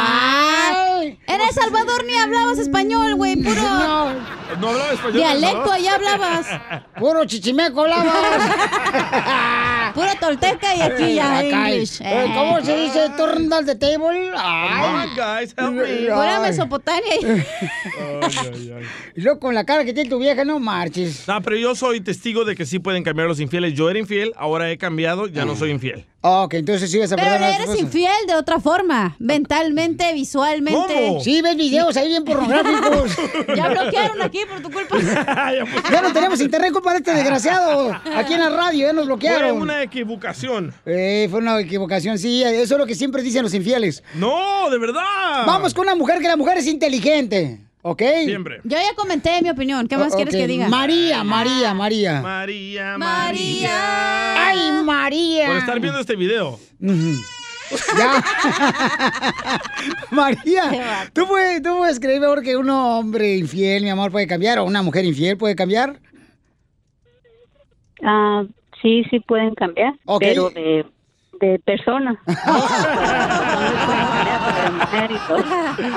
J: ¡Ay! En El Salvador ni hablabas español, güey, puro.
B: Eh, No hablaba español.
J: Dialecto,
B: ¿no?
J: allá hablabas.
A: Puro chichimeco hablabas.
J: Pura tolteca y aquí ya
A: Acá hay-
J: English.
A: Eh, ¿Cómo se dice? Turn down the table. Ay.
B: Come on, guys, help me.
A: Ay.
J: Pura Mesopotamia.
A: Y luego con la cara que tiene tu vieja, no marches.
B: No, pero yo soy testigo de que sí pueden cambiar los infieles. Yo era infiel, ahora he cambiado, ya
A: Mm.
B: no soy infiel.
A: Ok, entonces sí vas a
J: Pero
A: perder a tu
J: eres
A: esposa.
J: infiel de otra forma, mentalmente, visualmente.
A: ¿Cómo? Sí, ves videos ahí bien pornográficos.
J: ya bloquearon aquí por tu culpa.
A: Ya no tenemos internet culpa de este desgraciado. Aquí en la radio, ya nos bloquearon.
B: Fue una equivocación.
A: Eh, fue una equivocación, sí, eso es lo que siempre dicen los infieles.
B: No, de verdad.
A: Vamos con una mujer, que la mujer es inteligente, ¿ok?
B: Siempre.
J: Yo ya comenté mi opinión. ¿Qué más
A: O-
J: quieres
A: Oh, ok,
J: que diga? Ah.
A: María, María, María.
B: María,
J: María.
A: Ay, María.
B: Por estar viendo este video.
A: Ya. María, ¿tú puedes, ¿tú puedes creer mejor que un hombre infiel, mi amor, puede cambiar? ¿O una mujer infiel puede cambiar?
M: Ah, sí, sí pueden cambiar,
A: Ok.
M: pero de, de persona.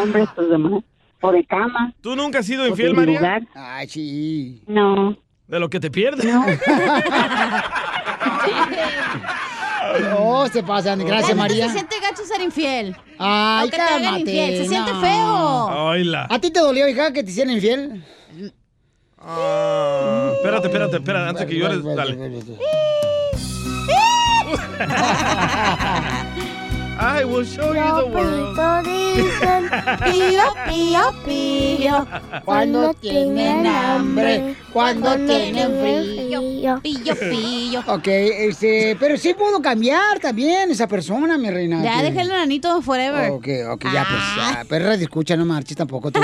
M: Hombres, pues, de mujer. O de cama.
B: ¿Tú nunca has sido
M: O
B: infiel,
M: de
B: María?
M: lugar.
A: Ay, sí.
M: No.
B: De lo que te pierdes.
A: No, Oh, se pasan. Gracias,
J: La neta
A: María.
J: Se siente gacho ser infiel.
A: Ay,
J: O que te hagan
A: cálmate,
J: infiel, Se siente
A: no.
J: feo.
B: Oila.
A: ¿A ti te dolió, hija, que te hicieran infiel?
B: Ah, espérate, espérate, espérate. Antes que llores, dale. I will show you the world.
I: Pío, pío, pío.
A: Cuando tienen hambre, cuando tienen frío.
J: Pillo, pillo.
A: Ok, este, pero sí pudo cambiar también esa persona, mi reina.
J: Ya,
A: que-
J: dejé el nanito forever.
A: Ok, ok, ya, pues, ya, perra, escucha, no marches tampoco tú.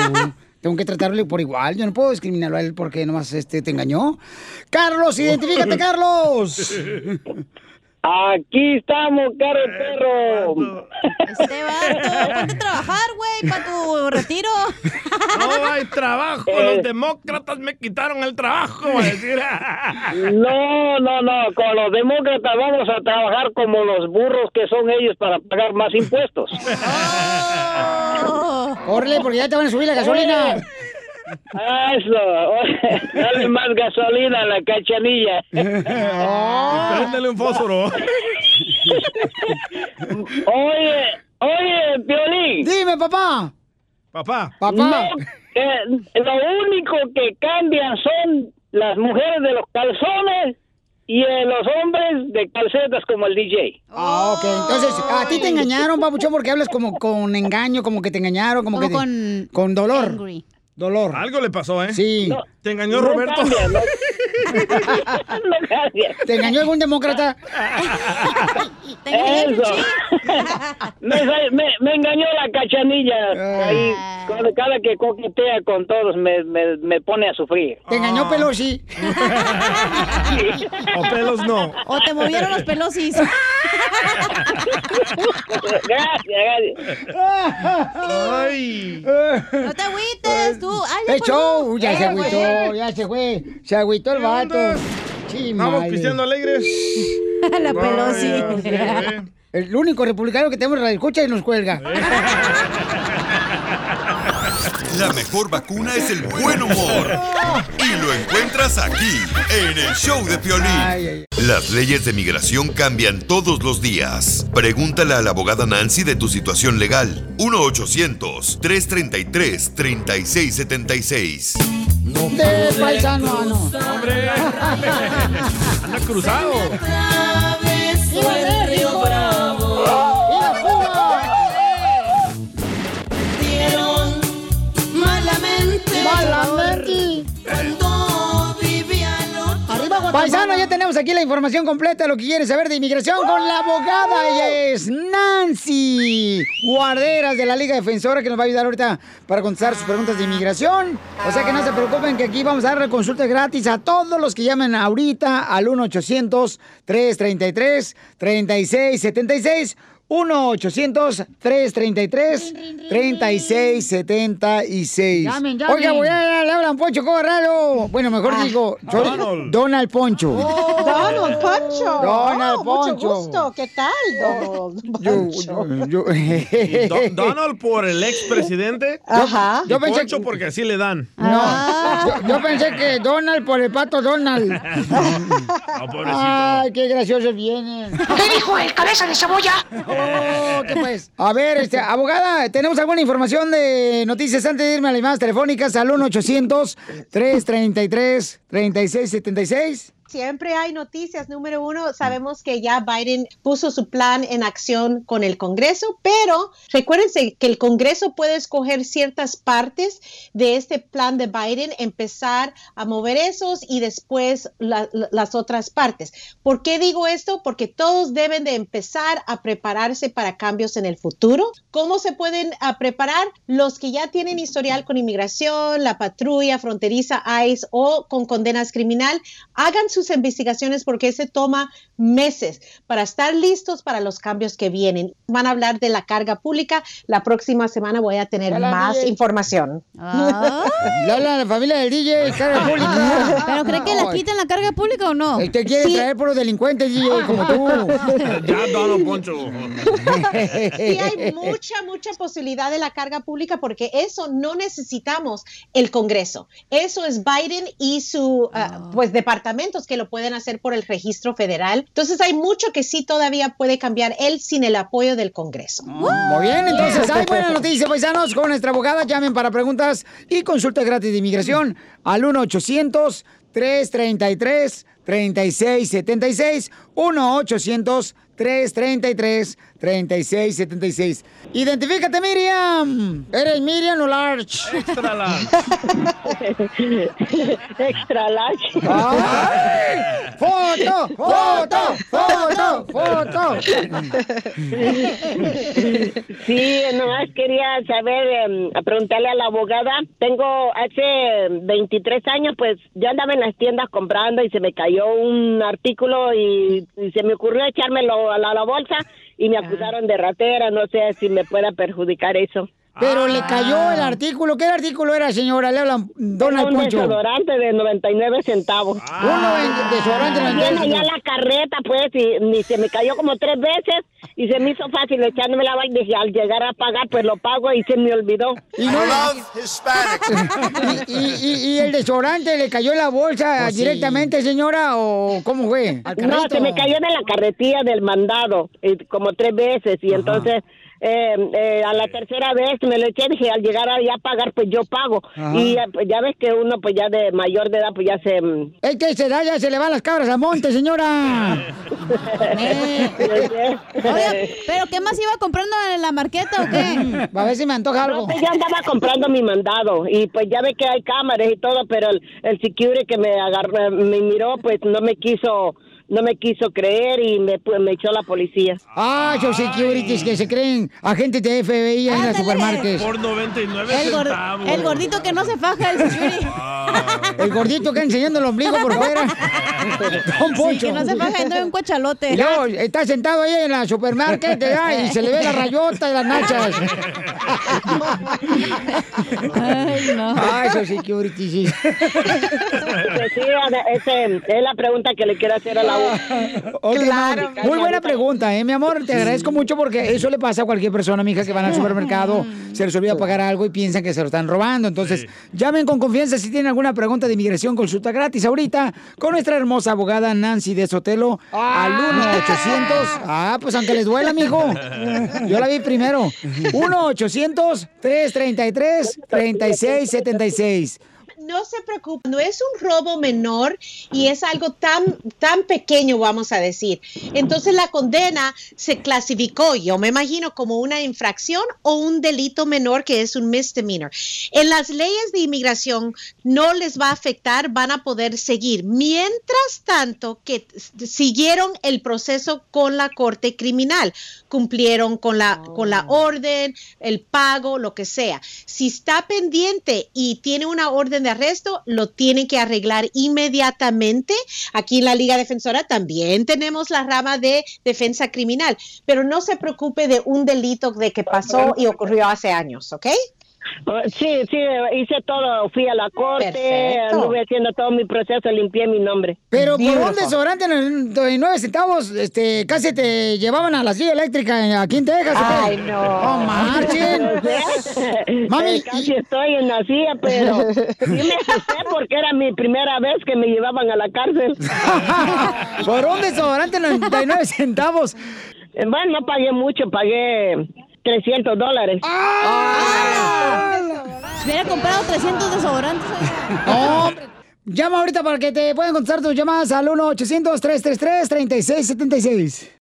A: Tengo que tratarle por igual, yo no puedo discriminarlo a él porque nomás este, te engañó. Carlos, identifícate, Carlos.
S: Aquí estamos, caro
B: Eh,
S: perro.
J: Este vato, ponte a trabajar, güey, para tu retiro.
B: No hay trabajo.
A: Eh.
B: Los demócratas me quitaron el trabajo, va a decir.
S: No, no, no. Con los demócratas vamos a trabajar como los burros que son ellos para pagar más impuestos.
A: Corre, porque ya te van a subir la gasolina.
S: Ah, Eso. Dale más gasolina a la cachanilla.
A: Ah.
B: Préndele un fósforo.
S: Oye, oye, Piolín.
A: Dime, papá.
B: Papá.
A: Papá.
S: lo único que cambian son las mujeres de los calzones y eh, los hombres de calcetas como el DJ.
A: Ah, ok. Entonces, a ti te engañaron, papuchón, porque hablas como con engaño, como que te engañaron, como,
B: Como
A: que te- con dolor. Dolor.
B: Algo le pasó, ¿eh?
A: Sí.
B: Te engañó
A: No
B: Roberto.
A: cambia, no- ¿Te engañó algún demócrata?
S: Eso. me, sa- me- me engañó la cachanilla. Ahí, cada- cada que coquetea con todos me, me, me pone a sufrir.
A: ¿Te
K: Ah.
A: engañó Pelosi?
B: o pelos no.
J: O te movieron los pelosis.
S: gracias,
B: Ay.
J: No te agüites, tú. Ay, ya
A: ¡Eh, show!
J: colgó.
A: Ya se
J: Eh, güey.
A: agüitó, ya se fue. Se agüitó el vato. Sí,
B: Vamos
A: madre.
B: pisteando alegres.
A: La
B: Pelosi.
A: El único republicano que tenemos en la escucha y nos cuelga.
D: La mejor vacuna es el buen humor. Y lo encuentras aquí, en el show de
A: Ay,
D: Piolín.
A: ay,
D: Las leyes de migración cambian todos los días. Pregúntale a la abogada Nancy de tu situación legal. 1-800-333-3676.
A: De paisano, ah, no.
B: Hombre. Anda cruzado.
A: ¡Viva México! ¡Viva Cuba!
I: Dieron malamente.
A: Malamente.
I: Cuando vivía al
A: Arriba, Paisano, ya tenemos aquí la información completa, lo que quieres saber de inmigración con la abogada. Ella es Nancy Guarderas de la Liga Defensora que nos va a ayudar ahorita para contestar sus preguntas de inmigración. O sea que no se preocupen que aquí vamos a darle consultas gratis a todos los que llamen ahorita al 1-800-333-3676. 1-800-333-3676.
I: Llamen, llamen.
A: Oiga, voy a le hablan Poncho Corralo. Bueno, mejor digo, soy
I: Donald.
A: Donald Poncho.
T: Oh, Donald Poncho.
A: Donald
T: Oh,
A: Poncho.
T: Mucho gusto. ¿Qué tal, Donald Poncho?
A: Yo-
B: Y Do- Donald por el expresidente.
T: Ajá.
B: Y
A: Yo pensé Ah.
B: Poncho porque así le dan.
T: Ah.
A: yo, yo pensé que Donald por el pato Donald.
B: No, pobrecito.
A: Ay, qué graciosos vienen.
I: ¿Qué dijo el cabeza de cebolla?
A: Oh, ¿qué pues? A ver, este, abogada, ¿tenemos alguna información de noticias antes de irme a las llamadas telefónicas al 1-800-333-3676?
T: Siempre hay noticias. Número uno, sabemos que ya Biden puso su plan en acción con el Congreso, pero recuérdense que el Congreso puede escoger ciertas partes de este plan de Biden, empezar a mover esos y después la- la- las otras partes. ¿Por qué digo esto? Porque todos deben de empezar a prepararse para cambios en el futuro. ¿Cómo se pueden ah, preparar? Los que ya tienen historial con inmigración, la patrulla fronteriza ICE o con condenas criminal, hagan sus investigaciones porque se toma meses para estar listos para los cambios que vienen. Van a hablar de la carga pública. La próxima semana voy a tener
J: Hola,
T: más
J: DJ.
T: información.
A: La, la, la familia del DJ, carga pública.
J: ¿Pero cree que la quitan la carga pública o no?
A: Él te quiere traer por los delincuentes, DJ, como tú.
B: Ya, Donald Poncho.
T: sí hay mucha, mucha posibilidad de la carga pública porque eso no necesitamos el Congreso. Eso es Biden y su ah, pues departamentos que lo pueden hacer por el registro federal. Entonces hay mucho que sí todavía puede cambiar él sin el apoyo del Congreso.
A: Muy bien, entonces hay buena noticia, paisanos. Con nuestra abogada, llamen para preguntas y consulta gratis de inmigración al 1-800-333-3676. 1-800-333-3676. Identifícate, Miriam. Eres Miriam Large.
B: Extra large.
A: Extra large. ¡Foto! ¡Foto! ¡Foto! ¡Foto!
S: Sí, nomás quería saber, em, preguntarle a la abogada. Tengo hace 23 años, pues yo andaba en
K: las tiendas comprando y se me cayó un artículo y, y se me ocurrió echármelo a la, a la bolsa y
A: Ah.
K: me acusaron de ratera. No sé si me pueda perjudicar eso.
A: Pero le cayó el artículo. ¿Qué artículo era, señora? Le hablan Donald
K: un
A: Poncho.
K: desodorante de 99 centavos.
A: Ah. Uno de desodorante de 99
K: Tiene ya
A: centavos.
K: la carreta, pues, y, y se me cayó como tres veces y se me hizo fácil echándome la vaina. Dije, al llegar a pagar, pues lo pago y se me olvidó.
A: Y no- I love ¿Y, y, y- y el desodorante le cayó en la bolsa
J: Oh,
K: Pues sí.
A: directamente, señora? ¿O cómo fue? Al
K: No,
A: carrito.
K: se me cayó de la carretilla del mandado eh, como tres veces y entonces eh, eh, a la tercera vez me lo eché dije al llegar allá a pagar pues yo pago
A: Ajá.
K: y eh, pues, ya ves que uno pues ya de mayor de edad pues ya se mm,
A: Es que se da, ya se le van las cabras al monte, señora.
J: Oye, Eh. ¿pero qué más iba comprando en la marqueta o qué?
A: A ver si me antoja algo.
K: No, pues, ya andaba comprando mi mandado y pues ya ve que hay cámaras y todo, pero el, el security que me agarró, me miró, pues no me quiso, no me quiso creer y me, pues, me echó la policía.
A: Ah, esos securities que se creen agentes de FBI en las supermarkets.
B: Por 99
J: El, gor-
B: centavos.
J: el gordito que no se faja el security.
A: El gordito que enseñando el ombligo por fuera. Don Poncho. eh.
J: Sí, que no se faja dentro de un cuachalote.
A: Y luego está sentado ahí en la supermarket te da, y se le ve la rayota y las nachas.
K: Ay, no.
A: Ah, esos securities. sí.
K: Pues, sí, Ana, ese, es la pregunta que le quiero hacer a la U.
A: Ah. Ok, mi amor. Muy buena pregunta, ¿eh, mi amor. Te agradezco mucho porque eso le pasa a cualquier persona, mija, que van al supermercado, se les olvida pagar algo y piensan que se lo están robando. Entonces, llamen con confianza si tienen alguna pregunta de inmigración, consulta gratis ahorita con nuestra hermosa abogada Nancy de Sotelo al 1-800. Ah, pues aunque les duela, mijo. Yo la vi primero. 1-800-333-3676.
T: No se preocupe, no es un robo menor y es algo tan, tan pequeño, vamos a decir. Entonces la condena se clasificó, yo me imagino, como una infracción o un delito menor que es un misdemeanor. En las leyes de inmigración no les va a afectar, van a poder seguir. Mientras tanto, que t- siguieron el proceso con la corte criminal, cumplieron con la, con la orden, el pago, lo que sea. Si está pendiente y tiene una orden de arresto, lo tiene que arreglar inmediatamente. Aquí en la Liga Defensora también tenemos la rama de defensa criminal, pero no se preocupe de un delito de que pasó y ocurrió hace años, ¿ok?
K: Ah, Sí, sí, hice todo, fui a la corte,
T: Perfecto.
K: anduve haciendo todo mi proceso, limpié mi nombre.
A: Pero por un desodorante en 99 centavos, este, casi te llevaban a la silla eléctrica en- aquí en Texas. ¿o qué?
K: Ay, no.
A: No marchen. Mami,
K: Eh, Casi estoy en la silla, pero sí me asusté porque era mi primera vez que me llevaban a la cárcel.
A: ¿Por un desodorante 99 centavos?
K: Eh, Bueno, no pagué mucho, pagué 300 dólares.
J: Hubiera comprado 300 desodorantes.
A: No, hombre. Llama ahorita para que te puedan contestar tus llamadas al 1-800-333-3676.